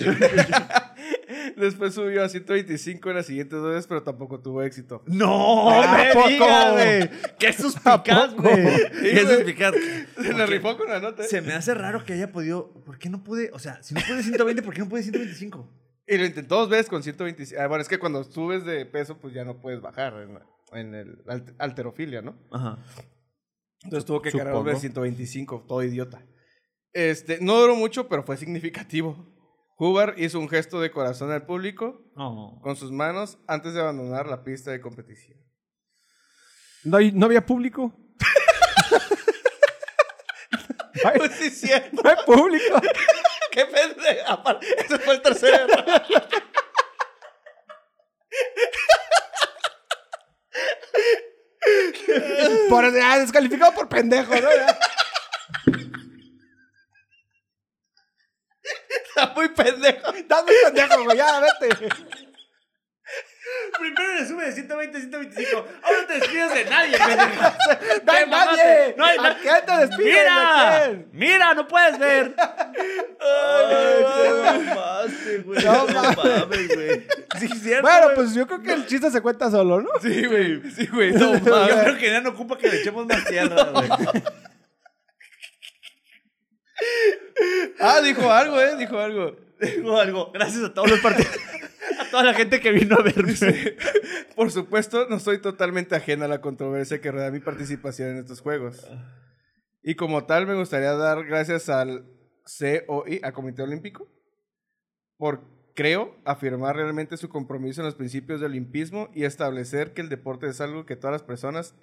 después subió a 125 en las siguientes veces, pero tampoco tuvo éxito.
¡No!
Ah,
¿A
¡Oh, ¡Me
poco?
digas, güey! ¡Qué suspicaz, güey! ¡Qué
güey.
suspicaz!
Se la
Ok.
rifó con la nota. ¿eh?
Se me hace raro que haya podido. ¿Por qué no pude? O sea, si no pude 120, ¿por qué no pude 125?
Y lo intentó dos veces con 125. Ah, bueno, es que cuando subes de peso, pues ya no puedes bajar en, la- en el alt- alterofilia, ¿no?
Ajá.
Entonces tuvo que
Supongo.
cargar de 125, todo idiota. Este, no duró mucho, pero fue significativo. Hubbard hizo un gesto de corazón al público
No.
con sus manos antes de abandonar la pista de competición.
¿No, hay- no había público? no, hay,
sí, es cierto.
no hay público.
¡Qué pendejo! Aparte, Ese fue el tercero.
Por, ah, descalificado por pendejo, ¿no? Ya.
Está muy pendejo.
Estás muy pendejo, güey. Ya, vete.
Primero le sube de 120 a 125. Ahora no te despidas de nadie, pendejo.
¡No hay
Te mamaste.
nadie!
No hay
¿A
na-
quién te despiden? ¿A
¡Mira!
quién?
¡Mira! ¡No puedes ver! ¡Ay, no mamaste, güey!
No
mames, güey! Sí, es cierto.
Bueno,
güey.
pues yo creo que el chiste se cuenta solo, ¿no?
Sí, güey. Sí, güey. No mames.
Yo creo que ya no ocupa que le echemos más tierra, güey.
Ah, dijo algo, ¿eh? Dijo algo.
Digo algo. Gracias a todos los partidos. A toda la gente que vino a verme.
Por supuesto, no soy totalmente ajena a la controversia que rodea mi participación en estos juegos. Y como tal, me gustaría dar gracias al COI, al Comité Olímpico, por, creo, afirmar realmente su compromiso en los principios del olimpismo y establecer que el deporte es algo que todas las personas,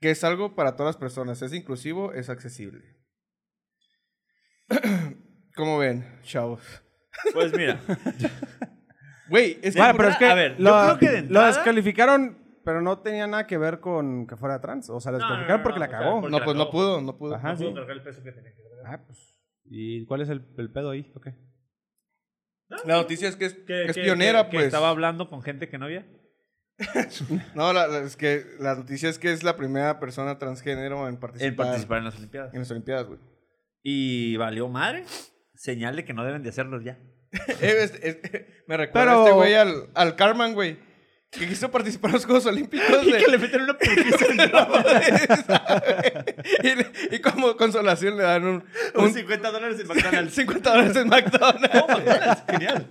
que es algo para todas las personas, es inclusivo, es accesible. ¿Cómo ven, chavos?
Pues mira.
Güey, es que...
Bueno, pero es que,
A ver, yo
lo,
creo que de
lo
entrada-
descalificaron, pero no tenía nada que ver con que fuera trans. O sea, lo
No, no,
descalificaron
no,
porque
no,
la
o sea,
cagó.
porque-
No, pues no pudo, no pudo.
Ah,
Ajá, sí.
cargar el peso que tenía que cargar.
Ah, pues. ¿Y cuál es el, el pedo ahí? Ok.
La noticia es que es,
Que-
es
que-
pionera,
que- que
pues.
estaba hablando con gente que no había.
No, la, la- es que la noticia es que es la primera persona transgénero en participar,
En participar en las Olimpiadas.
en las Olimpiadas, güey.
Y valió madre. Señal de que no deben de hacerlo ya.
Eh, es- es- me recuerda
Pero-
este güey al, al Carman, güey. Que quiso participar en los Juegos Olímpicos. de-
meten una putiza
y, le- y como consolación le dan un,
un
un
50 dólares en McDonald's.
50 dólares en McDonald's.
Genial.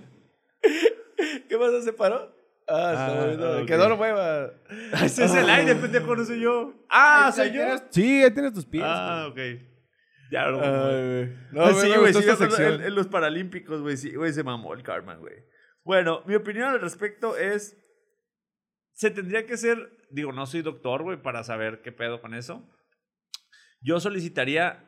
¿Qué pasa? ¿Se paró? Ah, está
Ah,
bueno.
ok.
Quedó la hueva.
Ese es el aire, pendejo, no soy yo. Ah, soy yo.
Sí, ahí tienes tus pies.
Ah, ok. Ya, lo
Ay, güey. No,
Ah,
güey,
sí,
me
güey,
gustó
sí,
esta
hablando
sección.
en, en los Paralímpicos, güey, sí, güey, se mamó el Carman, güey. Bueno, mi opinión al respecto es, se tendría que ser, digo, no soy doctor, güey, para saber qué pedo con eso. Yo solicitaría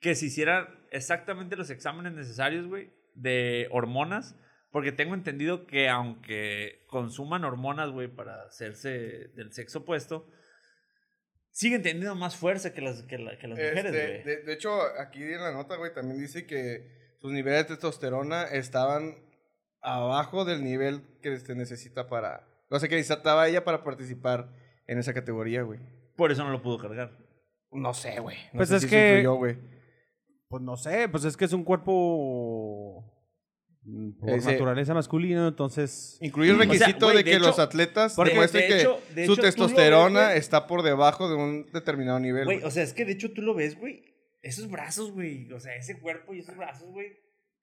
que se hicieran exactamente los exámenes necesarios, güey, de hormonas, porque tengo entendido que aunque consuman hormonas, güey, para hacerse del sexo opuesto, siguen teniendo más fuerza que las, que la- que las mujeres,
Este,
güey.
de, de hecho, aquí en la nota, güey, también dice que sus niveles de testosterona estaban abajo del nivel que se necesita para... O sea, que necesitaba ella para participar en esa categoría, güey.
Por eso no lo pudo cargar.
No sé, güey. No
Pues
sé
es
si
que-
Yo, güey.
Pues no sé, pues es que es un cuerpo. mm, Por
Ese-
naturaleza masculino, entonces.
Incluye el
O sea,
requisito
güey,
de,
de
que
hecho-
los atletas
porque-
demuestren
de
que
hecho- de
su
hecho, tú lo ves,
testosterona
güey.
está por debajo de un determinado nivel.
Güey,
güey.
o sea, es que de hecho tú lo ves, güey. Esos brazos, güey. O sea, ese cuerpo y esos brazos, güey.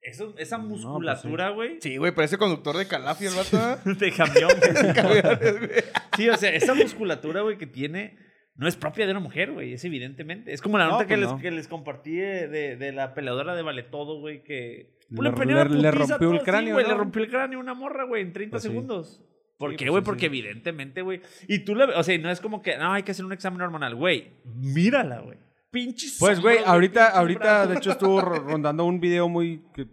Eso, esa
No, pues sí.
musculatura, güey.
Sí, güey, parece conductor de calafia el vato. ¿eh?
De camión. güey.
Camiones, güey.
sí, o sea, esa musculatura, güey, que tiene no es propia de una mujer, güey. Es evidentemente. Es como la
No,
nota que,
pues
les,
no.
que les compartí de, de- de la peleadora de Vale Todo, güey, que...
Le-
Pues ponía una
le-
putiza
le
a
rompió el
todas, sí,
cráneo,
güey,
¿no?
Le rompió el cráneo a una morra, güey, en 30
Pues sí.
segundos. ¿Por
Sí,
qué,
pues
güey?
sí,
Porque
sí.
evidentemente, güey. Y tú la... O sea, no es como que, no, hay que hacer un examen hormonal. Güey, mírala, güey. Pinches.
Pues, güey,
hombros,
ahorita,
pinches
ahorita,
brazos.
de hecho, estuvo ro- rondando un video muy. que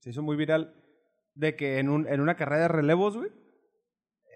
se hizo muy viral. de que en, un- en una carrera de relevos, güey,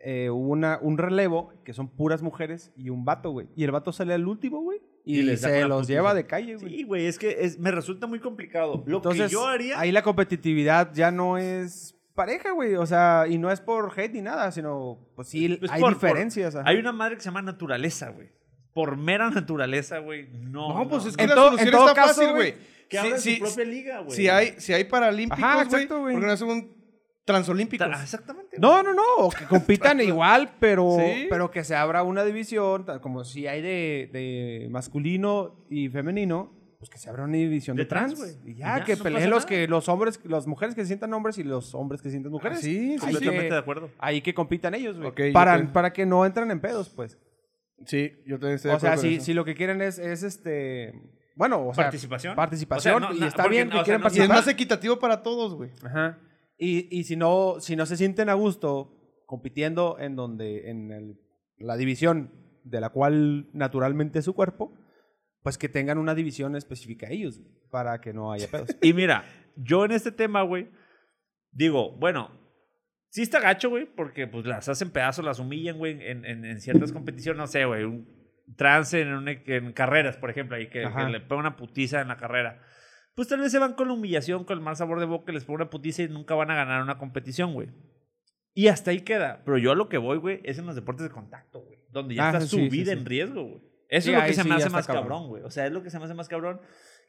eh, hubo una, un relevo que son puras mujeres y un vato, güey. Y el vato sale al último, güey, y,
Y les saca
se
una
los
putiza.
lleva de calle, güey.
Sí, güey, es que es- me resulta muy complicado. Lo
Entonces,
que yo haría.
ahí la competitividad ya no es pareja, güey. O sea, y no es por hate ni nada, sino, pues sí,
Pues
hay
por- por-
diferencias. ajá.
Hay una madre que se llama naturaleza, güey. Por mera naturaleza, güey. No.
No, pues es que
En
la
todo-
solución
en todo
está
caso,
fácil,
güey,
güey.
Que
Si-
abran
si-
su propia liga, güey.
si hay, si hay paralímpicos,
Ajá,
güey,
exacto, güey.
porque no hacen un transolímpicos.
Ta- Exactamente.
No, no, no, o que compitan igual, pero,
Sí.
pero que se abra una división, tal como si hay de, de masculino y femenino, pues que se abra una división de,
De
trans,
trans,
güey.
güey.
Y ya,
Y ya,
que
no
peleen
pasa
los
nada.
que los hombres, las mujeres que se sientan hombres y los hombres que se sientan mujeres.
sí,
Ahí
Ah, completamente
que-
de acuerdo.
Ahí que compitan ellos, güey.
Ok, yo
para,
creo-
para que no entren en pedos, pues.
Sí, yo también estoy de
O sea,
acuerdo con
si,
eso.
si lo que quieren es, es este. Bueno, o sea.
Participación.
Participación.
O sea, no,
y
na-
está
porque,
bien que
o sea,
quieran
no-
Y es
participar.
más equitativo para todos, güey.
Ajá. Y, y si, no, si no se sienten a gusto compitiendo en donde en el- la división de la cual naturalmente es su cuerpo, pues que tengan una división específica ellos güey, para que no haya pedos.
Y mira, yo en este tema, güey, digo, bueno, sí está gacho, güey, porque pues las hacen pedazos, las humillan, güey, en, en- en ciertas competiciones, no sé, güey, un trance en, una- en carreras, por ejemplo, ahí que, que
Ajá.
le pone una putiza en la carrera. Pues tal vez se van con la humillación, con el mal sabor de boca, les pone una putiza y nunca van a ganar una competición, güey. Y hasta ahí queda. Pero yo a lo que voy, güey, es en los deportes de contacto, güey. Donde ya
Ah,
está
sí,
su
sí,
vida
sí.
en riesgo, güey. Eso
Sí,
es lo
ahí
que se
sí
me
ya
hace
está
más
cabrón.
cabrón, güey. O sea, es lo que se me hace más cabrón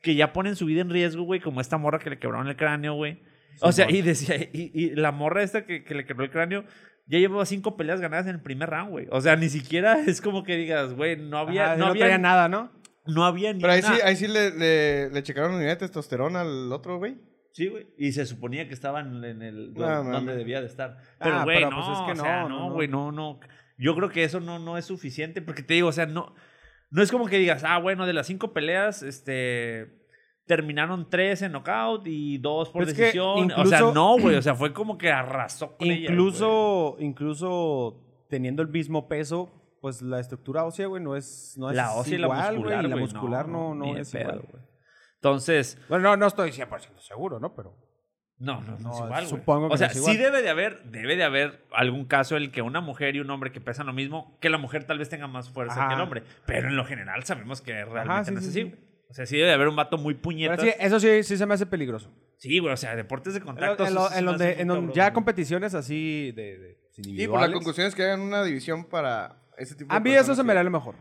que ya ponen su vida en riesgo, güey, como esta morra que le quebraron el cráneo, güey. O sea, y decía, y, y la morra esta que, que le quebró el cráneo ya llevaba cinco peleas ganadas en el primer round, güey. O sea, ni siquiera es como que digas, güey, no había,
Ajá,
no,
no
había,
traía nada, ¿no?
no había ni
Pero ahí sí,
una-
ahí sí le, le, le checaron la unidad de testosterona al otro, güey.
Sí, güey. Y se suponía que estaban en el
No,
donde,
mames.
donde debía de estar. Pero, güey,
pero,
no,
pues, es que
o sea,
no, no,
no,
no.
güey, no, no. Yo creo que eso no, no es suficiente porque te digo, o sea, no, no es como que digas, ah, bueno, de las cinco peleas, este, terminaron tres en knockout y dos por
Pero es que
decisión. o sea,
incluso-
no, güey, o sea, fue como que arrasó con ellas, güey.
Incluso, incluso teniendo el mismo peso, pues la estructura ósea, güey, no es, no es
la ósea y la
igual, güey,
muscular,
y la
güey,
muscular no, no,
ni de
es
pedo,
igual.
güey. Entonces,
Bueno, no, no estoy 100% seguro, ¿no? Pero
No, no, no,
No,
es igual, güey.
supongo que no
O sea,
es igual.
sí debe de haber, debe de haber algún caso en el que una mujer y un hombre que pesan lo mismo, que la mujer tal vez tenga más fuerza
Ajá.
que el hombre. Pero en lo general sabemos que realmente
Ajá, sí,
no es
sí,
así,
sí.
güey. O sea, sí debe de haber un vato muy
pero
puñetas.
sí, eh, eso sí, sí se me hace peligroso.
sí, güey, o sea, deportes de
En,
contacto.
lo- en
eso
lo-
sí se
en
me
donde,
hace
en
muy
donde
cabrón,
ya
güey.
competiciones así de, de
Y por pues la
individuales.
conclusión es que hagan una división para ese tipo de
a mí
personas
Ah, eso se
que-
me haría lo mejor.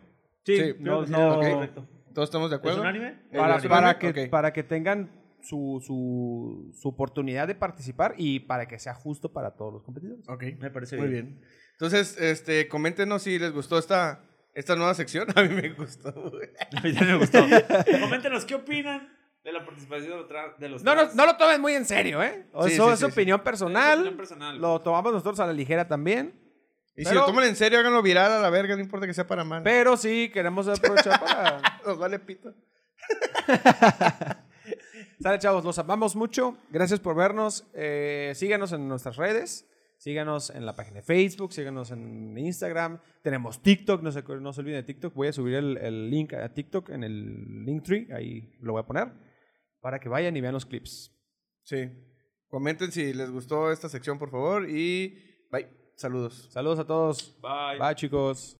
Sí,
Sí,
creo que
no,
sí,
no.
ok.
Correcto.
¿Todos estamos de acuerdo?
¿Es unánime?
¿Es
Para,
unánime?
para, que,
Ok.
para que tengan su, su, su oportunidad de participar y para que sea justo para todos los competidores.
Ok.
Me parece
Muy bien. Entonces, este, coméntenos si les gustó esta, esta nueva sección. A mí me gustó, güey.
A mí también me gustó. Coméntenos qué opinan de la participación de los tra- de los
No, no,
trans.
no lo tomen muy en serio, ¿eh? O
Sí,
eso
sí,
es
sí, sí.
opinión personal.
opinión personal.
Lo tomamos nosotros a la ligera también.
Y si
Pero-
lo toman en serio, háganlo viral a la verga, no importa que sea para mal.
Pero sí, queremos aprovechar para...
Nos vale pito.
Sale, chavos, los amamos mucho. Gracias por vernos. Eh, síganos en nuestras redes. Síganos en la página de Facebook, síganos en Instagram. Tenemos TikTok, no se, no se olviden de TikTok. Voy a subir el, el link a TikTok en el Linktree, ahí lo voy a poner, para que vayan y vean los clips.
Sí. Comenten si les gustó esta sección, por favor. Y bye. Saludos.
Saludos a todos.
Bye.
Bye chicos.